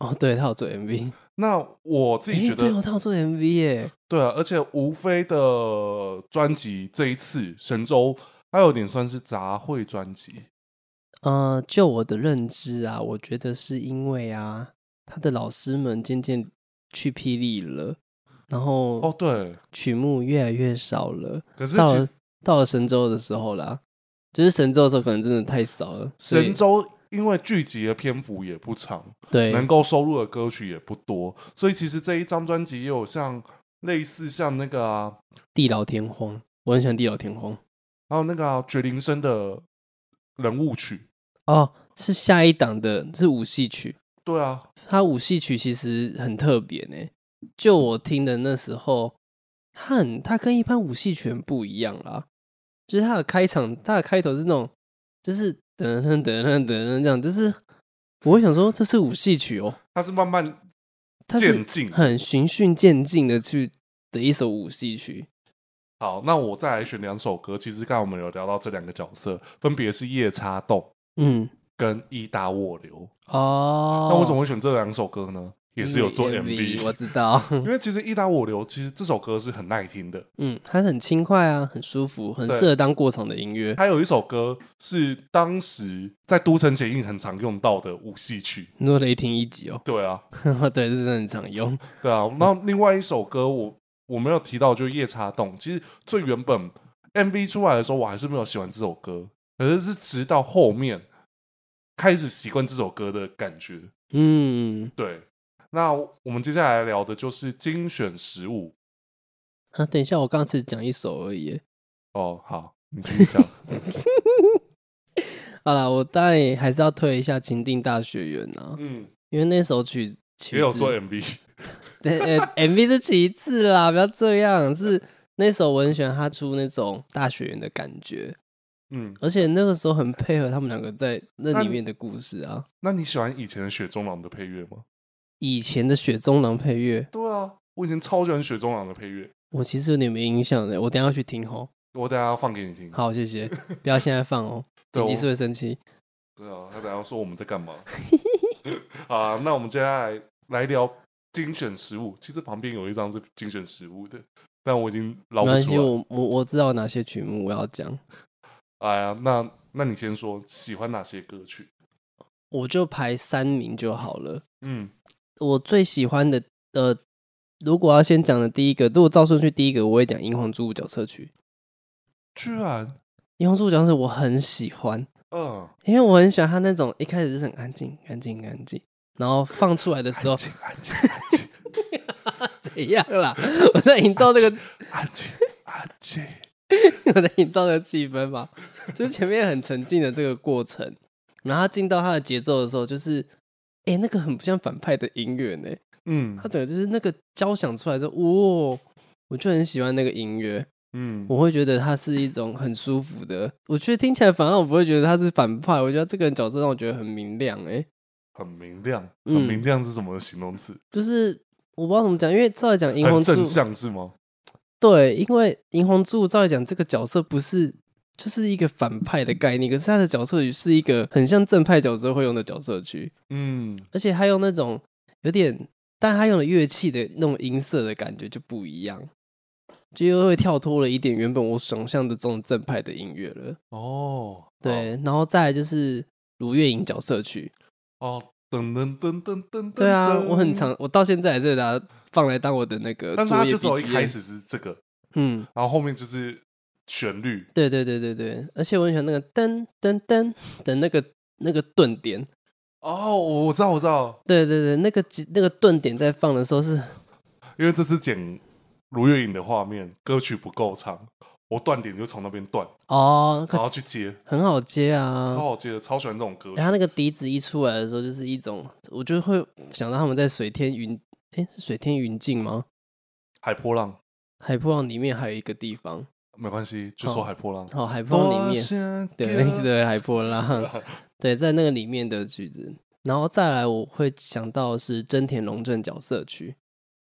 Speaker 2: 哦，对他有做 MV，
Speaker 1: 那我自己
Speaker 2: 诶
Speaker 1: 觉
Speaker 2: 对哦，
Speaker 1: 得，
Speaker 2: 他有做 MV 耶。
Speaker 1: 对啊，而且吴非的专辑这一次神州，它有点算是杂烩专辑。
Speaker 2: 呃，就我的认知啊，我觉得是因为啊，他的老师们渐渐去霹雳了，然
Speaker 1: 哦
Speaker 2: 后，
Speaker 1: 对，
Speaker 2: 曲目越来越少了。
Speaker 1: 可是
Speaker 2: 到
Speaker 1: 其
Speaker 2: 了
Speaker 1: 实
Speaker 2: 到了神州的时候啦，就是神州的时候可能真的太少了。所以
Speaker 1: 神州因为剧集的篇幅也不长，
Speaker 2: 对，
Speaker 1: 能够收录的歌曲也不多，所以其实这一张专辑也有像类似像那个啊，
Speaker 2: 地老天荒，我很喜欢地老天荒。
Speaker 1: 还有那个啊绝灵生的人物曲，
Speaker 2: 哦，是下一档的，是舞戏曲。
Speaker 1: 对啊，
Speaker 2: 它舞戏曲其实很特别呢。就我听的那时候，它很它跟一般舞戏曲很不一样啦。就是它的开场，它的开头是那种，就是噔噔噔噔噔噔这样，就是我会想说这是舞戏曲哦，
Speaker 1: 它是慢慢
Speaker 2: 它
Speaker 1: 渐
Speaker 2: 是
Speaker 1: 进。
Speaker 2: 很循序渐进的去的一首舞戏曲。
Speaker 1: 好，那我再来选两首歌，其实刚才我们有聊到这两个角色，分别是夜叉洞
Speaker 2: 嗯，
Speaker 1: 跟伊达沃流。
Speaker 2: 哦，
Speaker 1: 那为什么会选这两首歌呢？也是有做
Speaker 2: 因为
Speaker 1: MV，
Speaker 2: 我知道。 (laughs)
Speaker 1: 因为其实伊达沃流其实这首歌是很耐听的，
Speaker 2: 嗯，它很轻快啊，很舒服，很
Speaker 1: 对
Speaker 2: 适合当过场的音乐。
Speaker 1: 还有一首歌是当时在都城协印很常用到的舞戏曲。
Speaker 2: 你说雷霆一级哦， (laughs)
Speaker 1: 对啊，
Speaker 2: 对，这真的很常用。
Speaker 1: 嗯对啊，然后另外一首歌我我没有提到，就是夜叉洞。其实最原本 MV 出来的时候，我还是没有喜欢这首歌，可是是直到后面开始习惯这首歌的感觉。
Speaker 2: 嗯，
Speaker 1: 对，那我们接下来聊的就是精选食物。
Speaker 2: 啊，等一下，我刚只讲一首而已耶。
Speaker 1: 哦，好，你继续 (laughs) 讲。
Speaker 2: 好啦，我当然也还是要推一下《情定大学园》啊，
Speaker 1: 嗯，
Speaker 2: 因为那首曲曲
Speaker 1: 也有
Speaker 2: 子
Speaker 1: 做 MV。
Speaker 2: 对、呃 m v 是其次啦，不要这样。是那首我很喜欢他出那种大学园的感觉，
Speaker 1: 嗯，
Speaker 2: 而且那个时候很配合他们两个在那
Speaker 1: 那
Speaker 2: 里
Speaker 1: 你
Speaker 2: 面的故事啊。
Speaker 1: 那你喜欢以前的雪中狼的配乐吗？
Speaker 2: 以前的雪中狼配乐，
Speaker 1: 对啊，我以前超喜欢雪中狼的配乐，
Speaker 2: 我其实有点没印象的，我等一下要去听吼。
Speaker 1: 我等一下要放给你听。
Speaker 2: 好，谢谢，不要现在放哦，
Speaker 1: (laughs) 对
Speaker 2: 剪
Speaker 1: 我
Speaker 2: 辑师会生气。
Speaker 1: 对啊，他等一下说我们在
Speaker 2: (laughs)
Speaker 1: 干嘛？好啊，那我们接下来来聊精选食物。其实旁边有一张是精选食物的，但我已经捞不
Speaker 2: 没关系，
Speaker 1: 出来。
Speaker 2: 我我我知道哪些曲目我要讲，
Speaker 1: 哎呀，那那你先说喜欢哪些歌曲？
Speaker 2: 我就排三名就好了。
Speaker 1: 嗯
Speaker 2: 我最喜欢的呃，如果要先讲的第一个，如果照顺序第一个，我会讲《银皇猪五角社区》。
Speaker 1: 居然，
Speaker 2: 《银皇猪五角社》我很喜欢，
Speaker 1: 嗯，
Speaker 2: 因为我很喜欢它那种一开始就是很安静、安静、安静，然后放出来的时候
Speaker 1: 安静，安静，安静，
Speaker 2: 怎样啦？ (laughs) 我在营造这个，
Speaker 1: 安静，安静。
Speaker 2: (laughs) 我在营造这个气氛嘛，就是前面很沉静的这个过程，然后它进到它的节奏的时候，就是。哎、那个很不像反派的音乐呢，
Speaker 1: 嗯
Speaker 2: 它等于就是那个交响出来之后，哇、我就很喜欢那个音乐。
Speaker 1: 嗯，
Speaker 2: 我会觉得它是一种很舒服的，我觉得听起来反而我不会觉得他是反派，我觉得这个人角色让我觉得很明亮、欸，
Speaker 1: 很明亮，很
Speaker 2: 嗯
Speaker 1: 明亮是什么形容词？
Speaker 2: 就是我不知道怎么讲，因为照理讲银
Speaker 1: 很
Speaker 2: 红柱
Speaker 1: 正向是吗？
Speaker 2: 对，因为银红柱照理讲这个角色不是就是一个反派的概念，可是他的角色是一个很像正派角色会用的角色区，
Speaker 1: 嗯
Speaker 2: 而且他用那种有点，但他用的乐器的那种音色的感觉就不一样，就又会跳脱了一点原本我想象的这种正派的音乐了。
Speaker 1: 哦，
Speaker 2: 对，然后再来就是如月影角色曲。
Speaker 1: 哦，噔噔噔噔噔噔，
Speaker 2: 对啊，
Speaker 1: 噔
Speaker 2: 我很常，，我到现在还是把它放来当我的那个
Speaker 1: 但是
Speaker 2: 作
Speaker 1: 它
Speaker 2: 业啊
Speaker 1: 就只有一
Speaker 2: BGM
Speaker 1: 开，始是这个，
Speaker 2: 嗯，
Speaker 1: 然后后面就是旋律，
Speaker 2: 对对对对对，而且我很喜欢那个噔噔噔的那个那个顿点，
Speaker 1: 哦，我我知道，我知道，
Speaker 2: 对对对，那个几那个顿点在放的时候是，
Speaker 1: 因为这次剪卢月影的画面，歌曲不够长，我断点就从那边断，
Speaker 2: 哦，可
Speaker 1: 然后去接，
Speaker 2: 很好接
Speaker 1: 超
Speaker 2: 啊。
Speaker 1: 好接的，超喜欢这种歌曲
Speaker 2: 然后。那个笛子一出来的时候，就是一种，我就会想到他们在水天云，哎，是水天云境吗？
Speaker 1: 海波浪
Speaker 2: 海波浪里面还有一个地方，
Speaker 1: 没关系，就说海波浪。
Speaker 2: 哦，海波浪
Speaker 1: 多
Speaker 2: 里面，
Speaker 1: 想给
Speaker 2: 对 (laughs) 对，海波浪，对，在那个里面的句子，然后再来我会想到的是真田龙正角色区，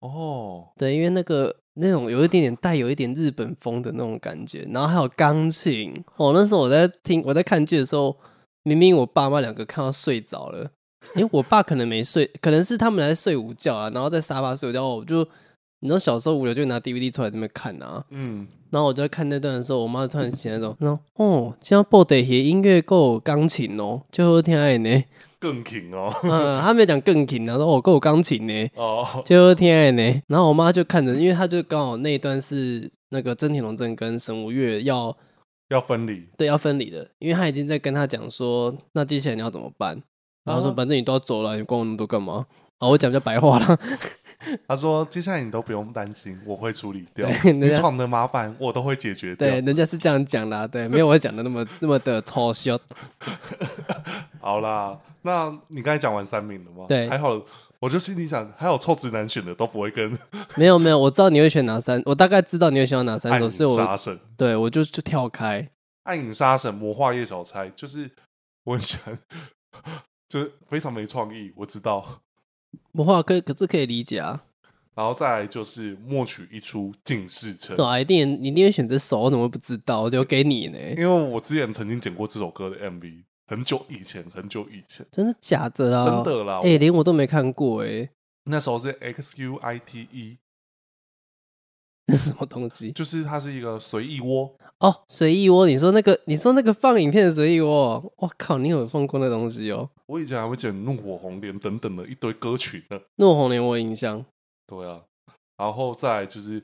Speaker 1: 哦，
Speaker 2: 对，因为那个那种有一点点带有一点日本风的那种感觉，然后还有钢琴，哦，那时候我在听我在看剧的时候，明明我爸妈两个看到睡着了，因为我爸可能没睡，可能是他们来睡午觉啊，然后在沙发睡午觉，我就你知道小时候无聊就拿 DVD 出来这边看啊，
Speaker 1: 嗯，
Speaker 2: 然后我就在看那段的时候，我妈突然醒来说：“然后哦，今天播的些音乐够有钢琴哦，最好听的呢。 (laughs)
Speaker 1: 更挺哦，
Speaker 2: 嗯，她没有讲更琴，然后说哦够有钢琴呢，
Speaker 1: 哦，
Speaker 2: 最好听的呢。然后我妈就看着，因为她就刚好那一段是那个真田龙正跟神无月要
Speaker 1: 要分离，
Speaker 2: 对要分离的，因为她已经在跟她讲说，那接下来你要怎么办？然后说
Speaker 1: 啊
Speaker 2: 反正你都要走了，你管我那么多干嘛？啊，我讲比较白话了，
Speaker 1: 他说：“接下来你都不用担心，我会处理掉
Speaker 2: 对
Speaker 1: 你闯的麻烦，我都会解决掉 (laughs)
Speaker 2: 对，。人家是这样讲啦，对，没有我讲的那么那么的抽象。”
Speaker 1: 好啦，那你刚才讲完三名了吗？
Speaker 2: 对
Speaker 1: 还好，我就心里想，还好臭直男选的都不会跟
Speaker 2: (laughs) 没有没有，我知道你会选哪三，我大概知道你会选哪三
Speaker 1: 暗
Speaker 2: 首，
Speaker 1: 影
Speaker 2: 所以我
Speaker 1: 杀神、
Speaker 2: 对我就就跳开。
Speaker 1: 暗影杀神、魔化夜小钗，就是我很喜欢， (laughs) 就是非常没创意，我知道。
Speaker 2: 不话可以可是可以理解啊，
Speaker 1: 然后再来就是默取一出尽世成
Speaker 2: 对，啊，一定你一定会选这首，我怎么会不知道？我留给你呢，
Speaker 1: 因为我之前曾经剪过这首歌的 MV，很久以前，很久以前，
Speaker 2: 真的假的啦？
Speaker 1: 真，的啦，
Speaker 2: 哎、连我都没看过哎、
Speaker 1: 那时候是 X U I T E。
Speaker 2: 那是什么东西？
Speaker 1: 就是它是一个随意窝，
Speaker 2: 哦，随意窝，你说那个你说那个放影片的随意窝，哦我靠，你有放过那东西哦？
Speaker 1: 我以前还会剪《怒火红莲》等等的一堆歌曲呢。
Speaker 2: 怒红莲我有印象，
Speaker 1: 对啊，然后再来就是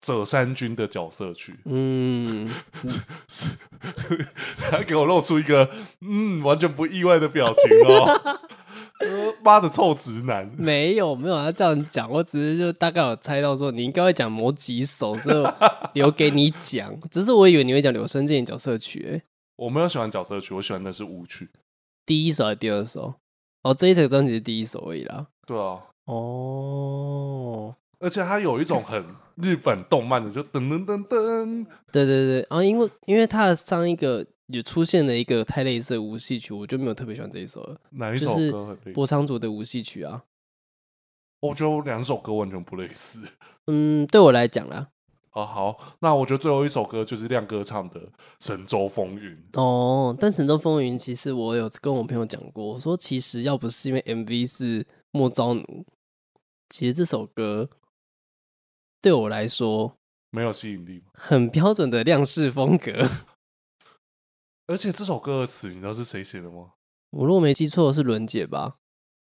Speaker 1: 者山君的角色去， (laughs)
Speaker 2: 嗯，
Speaker 1: 他给我露出一个嗯完全不意外的表情哦。 (laughs) 呃妈的臭直男，
Speaker 2: 没有没有他这样讲，我只是就大概有猜到说你应该会讲某几首，所以我留给你讲。只是我以为你会讲柳生健角色曲、欸，
Speaker 1: 我没有喜欢角色曲，我喜欢的是舞曲。
Speaker 2: 第一首还是第二首？哦，这一首专辑是第一首而已啦。
Speaker 1: 对啊，
Speaker 2: 哦，
Speaker 1: 而且它有一种很日本动漫的，就噔噔噔噔，
Speaker 2: 对对对，啊，因为因为他的上一个有出现了一个太类似的无戏曲，我就没有特别喜欢这一首了。
Speaker 1: 哪一
Speaker 2: 就
Speaker 1: 首
Speaker 2: 是
Speaker 1: 歌很类似？
Speaker 2: 波昌族的无戏曲啊，
Speaker 1: 我觉得我两首歌完全不类似。
Speaker 2: 嗯，对我来讲啦，
Speaker 1: 哦，好，那我觉得最后一首歌就是亮哥唱的《神州风云》。
Speaker 2: 哦，但《神州风云》其实我有跟我朋友讲过，我说其实要不是因为 MV 是莫昭奴，其实这首歌对我来说
Speaker 1: 没有吸引力吗？
Speaker 2: 很标准的亮式风格。 (laughs)
Speaker 1: 而且这首歌的词你知道是谁写的吗？
Speaker 2: 我如果没记错是伦姐吧？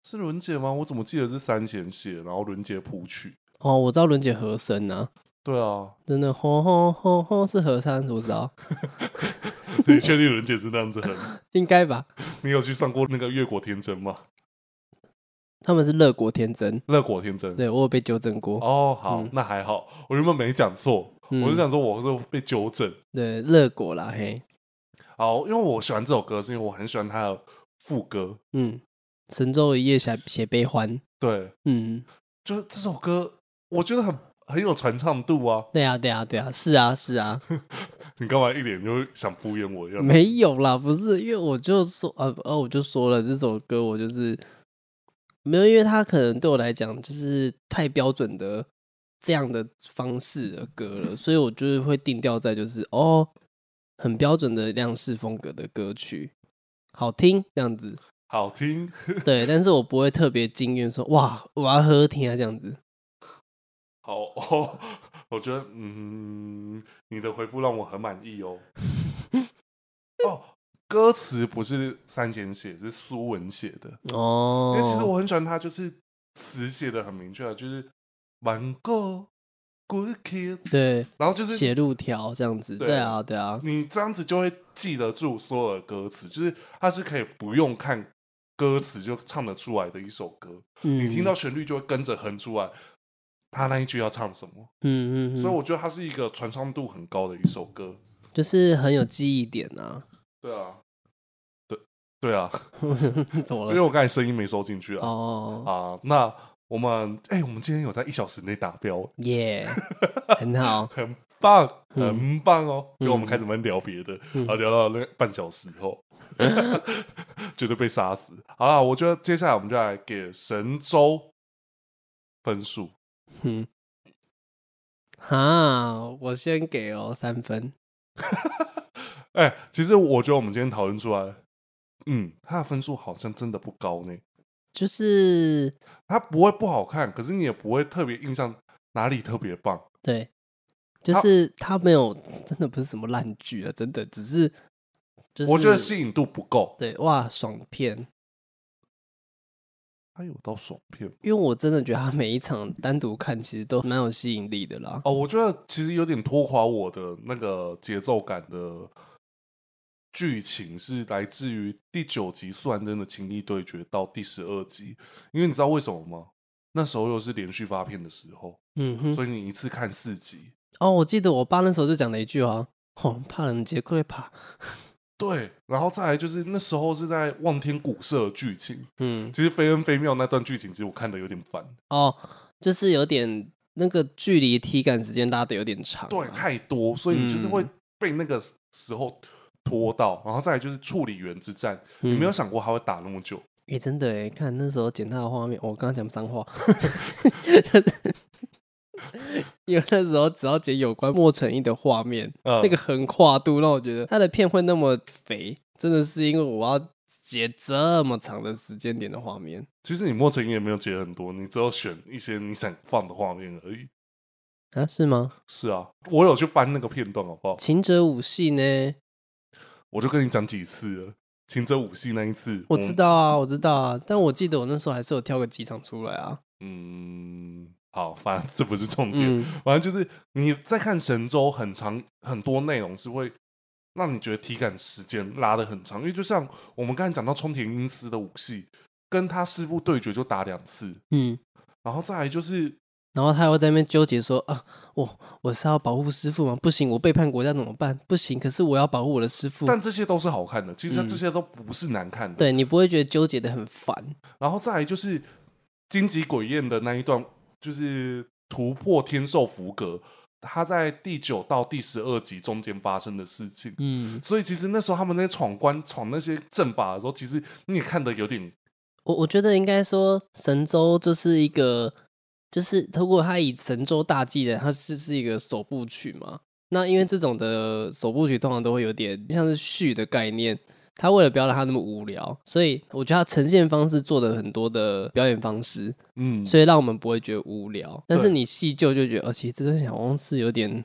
Speaker 1: 是伦姐吗？我怎么记得是三弦写，然后伦姐谱曲？
Speaker 2: 哦，我知道伦姐和声啊，
Speaker 1: 对啊，
Speaker 2: 真的吼吼吼吼是和声，我知道，
Speaker 1: (laughs)
Speaker 2: (laughs)
Speaker 1: 你确定伦姐是那样子哼？
Speaker 2: 应该吧？
Speaker 1: (laughs) 你有去上过那个《越果天真》吗？
Speaker 2: 他们是乐国天真，
Speaker 1: 乐果天真。
Speaker 2: 对我有被纠正过。
Speaker 1: 哦，好，
Speaker 2: 嗯
Speaker 1: 那还好，我原本没讲错，
Speaker 2: 嗯
Speaker 1: 我是想说我是被纠正。
Speaker 2: 对乐国啦，嘿，
Speaker 1: 好，因为我喜欢这首歌，是因为我很喜欢它的副歌。
Speaker 2: 嗯，神州一夜写写悲欢，
Speaker 1: 对，
Speaker 2: 嗯，
Speaker 1: 就是这首歌，我觉得很很有传唱度啊。
Speaker 2: 对啊，对啊，对啊，是啊，是
Speaker 1: (laughs)
Speaker 2: 啊，
Speaker 1: 你干嘛一脸就是想敷衍我一样？
Speaker 2: 没有啦，不是，因为我就说啊，哦，我就说了这首歌，我就是没有，因为它可能对我来讲就是太标准的这样的方式的歌了，所以我就是会定调在就是哦，很标准的样式风格的歌曲，好听这样子，
Speaker 1: 好听，
Speaker 2: 对，但是我不会特别惊艳说哇，我要喝听啊这样子，
Speaker 1: 好 (laughs) 哦。我觉得，嗯，你的回复让我很满意哦。哦，歌词不是三弦写，是苏文写的。
Speaker 2: 哦，
Speaker 1: 因为其实我很喜欢他，就是词写的很明确啊，就是玩够 good kid，
Speaker 2: 对
Speaker 1: 然后就是
Speaker 2: 写路条这样子，
Speaker 1: 对
Speaker 2: 对啊，对啊，
Speaker 1: 你这样子就会记得住所有的歌词，就是它是可以不用看歌词就唱得出来的一首歌，
Speaker 2: 嗯，
Speaker 1: 你听到，旋律就会跟着哼出来，他那一句要唱什么，
Speaker 2: 嗯嗯嗯，
Speaker 1: 所以我觉得它是一个传唱度很高的一首歌。
Speaker 2: 就是很有记忆点啊。 (laughs)
Speaker 1: 对啊，对对啊，
Speaker 2: 怎么
Speaker 1: 因为
Speaker 2: 了？
Speaker 1: 我刚才声音没收进去啊
Speaker 2: 哦，
Speaker 1: 啊，那我们哎，我们今天有在一小时内达标，
Speaker 2: 耶，很好。
Speaker 1: 很棒，
Speaker 2: 嗯
Speaker 1: 很棒哦！
Speaker 2: 嗯
Speaker 1: 就我们开始慢慢聊别的，然后聊到那个半小时
Speaker 2: (laughs)
Speaker 1: 后，绝对被杀死。好了，我觉得接下来我们就来给神州分数。
Speaker 2: 嗯，哈，我先给哦三分。
Speaker 1: 哎、其实我觉得我们今天讨论出来，嗯，他的分数好像真的不高呢。
Speaker 2: 就是
Speaker 1: 他不会不好看，可是你也不会特别印象哪里特别棒。
Speaker 2: 对，就是他没有，真的不是什么烂剧啊，真的只是就是
Speaker 1: 我觉得吸引度不够。
Speaker 2: 对哇爽片，
Speaker 1: 他有到爽片吗
Speaker 2: 因为我真的觉得他每一场单独看其实都蛮有吸引力的啦。
Speaker 1: 哦，我觉得其实有点拖垮我的那个节奏感的剧情是来自于第九集《素还真的情谊对决》到第十二集，因为你知道为什么吗？那时候又是连续发片的时候，
Speaker 2: 嗯哼，
Speaker 1: 所以你一次看四集。
Speaker 2: 哦，我记得我爸那时候就讲了一句啊，哦，怕人杰克会怕，
Speaker 1: 对，然后再来就是那时候是在望天古社的剧情，
Speaker 2: 嗯，
Speaker 1: 其实非恩非妙那段剧情，其实我看的有点烦，
Speaker 2: 哦，就是有点那个距离体感时间拉的有点长、啊
Speaker 1: 对，，太多，所以你就是会
Speaker 2: 嗯
Speaker 1: 被那个时候拖到，然后再来就是处理员之战，
Speaker 2: 嗯
Speaker 1: 你没有想过他会打那么久。
Speaker 2: 诶、真的诶，看那时候剪他的画面，我刚刚讲脏话， (laughs) 因为那时候只要剪有关莫成义的画面，
Speaker 1: 呃
Speaker 2: 那个横跨度让我觉得他的片会那么肥，真的是因为我要截这么长的时间点的画面。
Speaker 1: 其实你莫成也没有截很多，你只有选一些你想放的画面而已。
Speaker 2: 啊，是吗？
Speaker 1: 是啊，我有去翻那个片段，好不好？
Speaker 2: 秦者武戏呢？
Speaker 1: 我就跟你讲几次了，《秦泽武戏》那一次，
Speaker 2: 嗯我知，道啊，我知道啊，但我记得我那时候还是有挑个几场出来啊。
Speaker 1: 嗯，好，反正这不是重点，
Speaker 2: 嗯，
Speaker 1: 反正就是你在看神州很长很多内容是会让你觉得体感时间拉得很长，因为就像我们刚才讲到冲田英司的武戏，跟他师傅对决就打两次，
Speaker 2: 嗯，
Speaker 1: 然后再来就是
Speaker 2: 然后他又在那边纠结说啊，我我是要保护师傅吗？不行，我背叛国家怎么办？不行，可是我要保护我的师傅。
Speaker 1: 但这些都是好看的，其实
Speaker 2: 嗯
Speaker 1: 这些都不是难看的。
Speaker 2: 对你不会觉得纠结的很烦？
Speaker 1: 然后再来就是荆棘鬼宴的那一段，就是突破天寿福格，他在第九到第十二集中间发生的事情。
Speaker 2: 嗯，
Speaker 1: 所以其实那时候他们在闯关、闯那些阵法的时候，其实你也看得有点
Speaker 2: 我我觉得应该说神州就是一个，就是如果他以神州大祭的，它是是一个首部曲嘛。那因为这种的首部曲通常都会有点像是序的概念，他为了不要让它那么无聊，所以我觉得他呈现方式做了很多的表演方式，
Speaker 1: 嗯，
Speaker 2: 所以让我们不会觉得无聊。但是
Speaker 1: 对
Speaker 2: 你细究就觉得，哦，其实这段小公是有点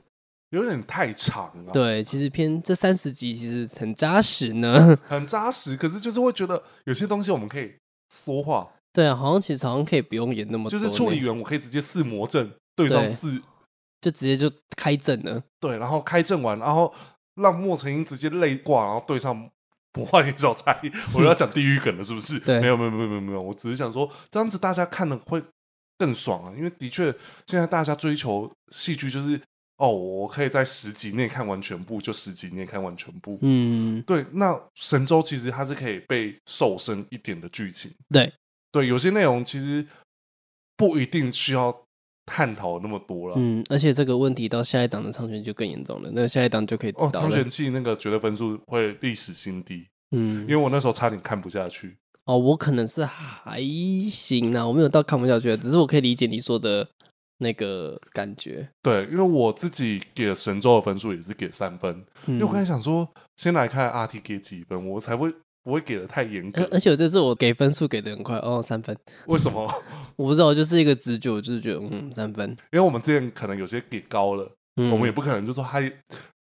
Speaker 1: 有点太长了，，
Speaker 2: 对，其实偏这三十集其实很扎实呢。 (laughs)
Speaker 1: 很扎实。可是就是会觉得有些东西我们可以缩化，
Speaker 2: 对啊，好像其实好像可以不用演那么
Speaker 1: 就
Speaker 2: 多呢，
Speaker 1: 是处理员我可以直接四魔阵对上
Speaker 2: 对
Speaker 1: 四
Speaker 2: 就直接就开阵了。
Speaker 1: 对，然后开阵完，然后让莫成英直接泪挂，然后对上魔幻林小才，我要讲地狱梗了，是不是？
Speaker 2: (laughs) 对
Speaker 1: 没有没有没有没有没有，我只是想说这样子大家看了会更爽啊，因为的确现在大家追求戏剧就是哦，我可以在十集内看完全部，就十集内看完全部。
Speaker 2: 嗯，
Speaker 1: 对，那神州其实它是可以被瘦身一点的剧情，
Speaker 2: 对，
Speaker 1: 对，有些内容其实不一定需要探讨那么多了。
Speaker 2: 嗯，而且这个问题到下一档的长选就更严重了，那下一档就可以知
Speaker 1: 哦，
Speaker 2: 道
Speaker 1: 苍
Speaker 2: 了。
Speaker 1: 玄记那个绝对分数会历史新低，
Speaker 2: 嗯
Speaker 1: 因，为我那时候差点看不下去。
Speaker 2: 哦，我可能是还行啊，我没有到看不下去啊，只是我可以理解你说的那个感觉。
Speaker 1: 对，因为我自己给神州的分数也是给三分，
Speaker 2: 嗯
Speaker 1: 因为我刚才想说，先来看 RT 给几分，我才会不会给的太严格
Speaker 2: 而。而且我这次我给分数给的很快，哦，三分，
Speaker 1: 为什么？ (laughs)
Speaker 2: 我不知道，我就是一个直觉，我就是觉得嗯，三分。
Speaker 1: 因为我们之前可能有些给高了，
Speaker 2: 嗯，
Speaker 1: 哦我们也不可能就说他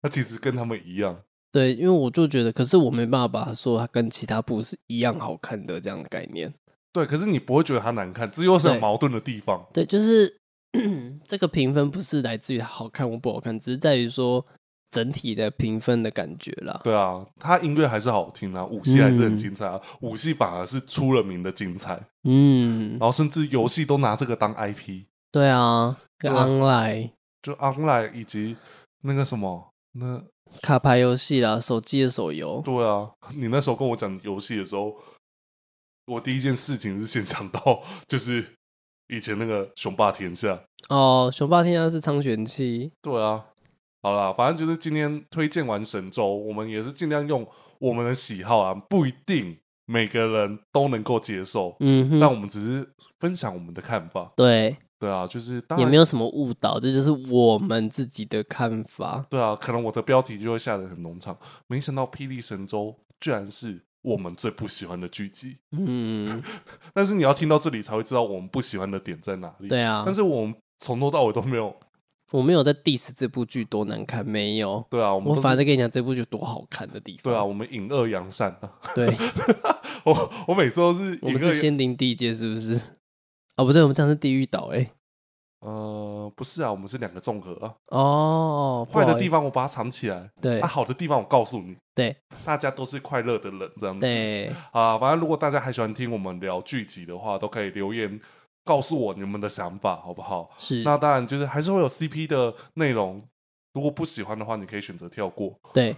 Speaker 1: 他其实跟他们一样。
Speaker 2: 对，因为我就觉得，可是我没办法把它说它跟其他部是一样好看的这样的概念。
Speaker 1: 对，可是你不会觉得他难看，这又是很
Speaker 2: 对
Speaker 1: 矛盾的地方。
Speaker 2: 对，就是 (clears throat) 这个评分不是来自于它好看或不好看，只是在于说整体的评分的感觉啦。
Speaker 1: 对啊，他音乐还是好听啊，武戏还是很
Speaker 2: 嗯
Speaker 1: 精彩啊，武戏反而是出了名的精彩，
Speaker 2: 嗯
Speaker 1: 然，后甚至游戏都拿这个当 IP。
Speaker 2: 对啊，
Speaker 1: 对
Speaker 2: 跟
Speaker 1: 啊
Speaker 2: online
Speaker 1: 就 online 以及那个什么，那
Speaker 2: 卡牌游戏啦，手机的手游，
Speaker 1: 对啊，你那时候跟我讲游戏的时候，我第一件事情是先想到就是以前那个雄霸天下，
Speaker 2: 哦，雄霸天下是苍玄期，
Speaker 1: 对啊，好啦，反正就是今天推荐完神州，我们也是尽量用我们的喜好啊，不一定每个人都能够接受，
Speaker 2: 嗯
Speaker 1: 但
Speaker 2: 哼，
Speaker 1: 我们只是分享我们的看法，
Speaker 2: 对，
Speaker 1: 对啊，就是当
Speaker 2: 也
Speaker 1: 然
Speaker 2: 没有什么误导，这就是我们自己的看法。
Speaker 1: 对啊，可能我的标题就会下得很农场。没想到《霹雳神州》居然是我们最不喜欢的剧集，
Speaker 2: 嗯，
Speaker 1: 但是你要听到这里才会知道我们不喜欢的点在哪里。、
Speaker 2: 对啊
Speaker 1: 但，是我们从头到尾都没有。
Speaker 2: 我没有在 diss 这部剧多难看，没有，
Speaker 1: 对啊，我们
Speaker 2: 我
Speaker 1: 都是
Speaker 2: 反而在跟你讲这部剧多好看的地方。
Speaker 1: 对啊，我们隐恶扬善啊。 (laughs)
Speaker 2: 对，
Speaker 1: 我我每次都是
Speaker 2: 我
Speaker 1: 隐
Speaker 2: 们
Speaker 1: 恶
Speaker 2: 是
Speaker 1: 扬
Speaker 2: 仙灵地界是不是？ (laughs) 哦，不对，我们这样是地狱岛哎、
Speaker 1: 呃，不是啊，我们是两个综合啊。
Speaker 2: 哦，不
Speaker 1: 坏的
Speaker 2: 好意
Speaker 1: 地方我把它藏起来，
Speaker 2: 对
Speaker 1: 啊，好的地方我告诉你，
Speaker 2: 对
Speaker 1: 大家都是快乐的人这样子。
Speaker 2: 对，
Speaker 1: 啊，反正如果大家还喜欢听我们聊剧集的话，都可以留言告诉我你们的想法，好不好？
Speaker 2: 是，
Speaker 1: 那当然就是还是会有 CP 的内容，如果不喜欢的话，你可以选择跳过，
Speaker 2: 对，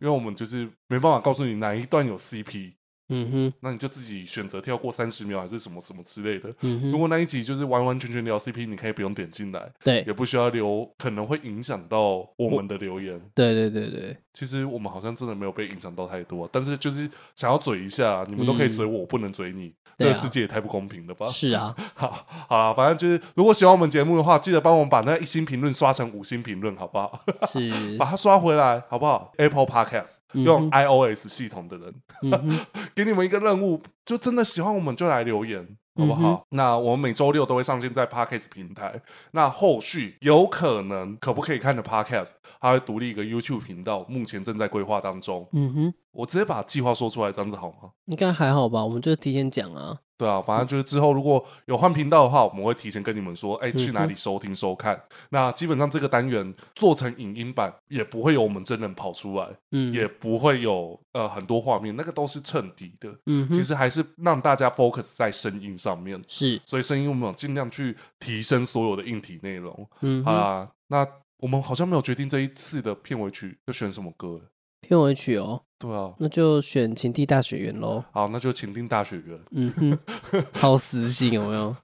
Speaker 1: 因为我们就是没办法告诉你哪一段有 CP，
Speaker 2: 嗯哼，
Speaker 1: 那你就自己选择跳过三十秒还是什么什么之类的。
Speaker 2: 嗯
Speaker 1: 如
Speaker 2: 哼，
Speaker 1: 果那一集就是完完全全聊 CP，你可以不用点进来，
Speaker 2: 对
Speaker 1: 也不需要留，可能会影响到我们的留言。
Speaker 2: 对对对对，
Speaker 1: 其实我们好像真的没有被影响到太多，但是就是想要嘴一下，你们都可以嘴我，我不能嘴你，这
Speaker 2: 对啊
Speaker 1: 个世界也太不公平了吧？
Speaker 2: 是啊，
Speaker 1: (laughs) 好，好啦，反正就是，如果喜欢我们节目的话，记得帮我们把那一星评论刷成五星评论，好不好？
Speaker 2: 是，
Speaker 1: (laughs) 把它刷回来，好不好？Apple Podcast
Speaker 2: 嗯
Speaker 1: 用
Speaker 2: 哼
Speaker 1: iOS 系统的人，
Speaker 2: 嗯哼，
Speaker 1: 给你们一个任务，就真的喜欢我们就来留言，好不好？那我们每周六都会上线在 Podcast 平台，那后续有可能可不可以看的 Podcast，它会独立一个 YouTube 频道，目前正在规划当中。
Speaker 2: 嗯哼，
Speaker 1: 我直接把计划说出来，这样子好吗？
Speaker 2: 应该还好吧？我们就提前讲啊，
Speaker 1: 对啊，反正就是之后如果有换频道的话，我们会提前跟你们说，哎、去哪里收听收看。那基本上这个单元做成影音版，也不会有我们真人跑出来，
Speaker 2: 嗯
Speaker 1: 也不会有呃很多画面，那个都是衬底的。
Speaker 2: 嗯
Speaker 1: 其
Speaker 2: 哼，
Speaker 1: 实还是让大家 focus 在声音上面，
Speaker 2: 是，
Speaker 1: 所以声音我们有尽量去提升所有的硬体内容。
Speaker 2: 嗯
Speaker 1: 好
Speaker 2: 哼，
Speaker 1: 啦，那我们好像没有决定这一次的片尾曲要选什么歌。
Speaker 2: 片尾曲哦，
Speaker 1: 对啊，
Speaker 2: 那就选《情地大雪原》喽。
Speaker 1: 好，那就请听大雪人。
Speaker 2: 嗯哼，超私信有没有？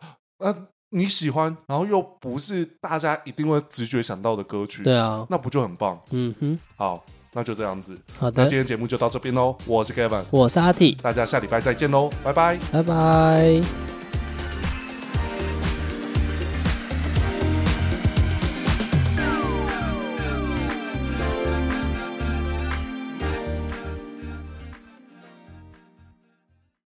Speaker 1: 那、你喜欢，然后又不是大家一定会直觉想到的歌曲，
Speaker 2: 对啊，
Speaker 1: 那不就很棒？
Speaker 2: 嗯哼，
Speaker 1: 好，那就这样子。
Speaker 2: 好
Speaker 1: 那
Speaker 2: 的
Speaker 1: 今，天节目就到这边喽，我是 Gavin，
Speaker 2: 我是阿 T，
Speaker 1: 大家下礼拜再见喽，拜拜。
Speaker 2: 拜拜。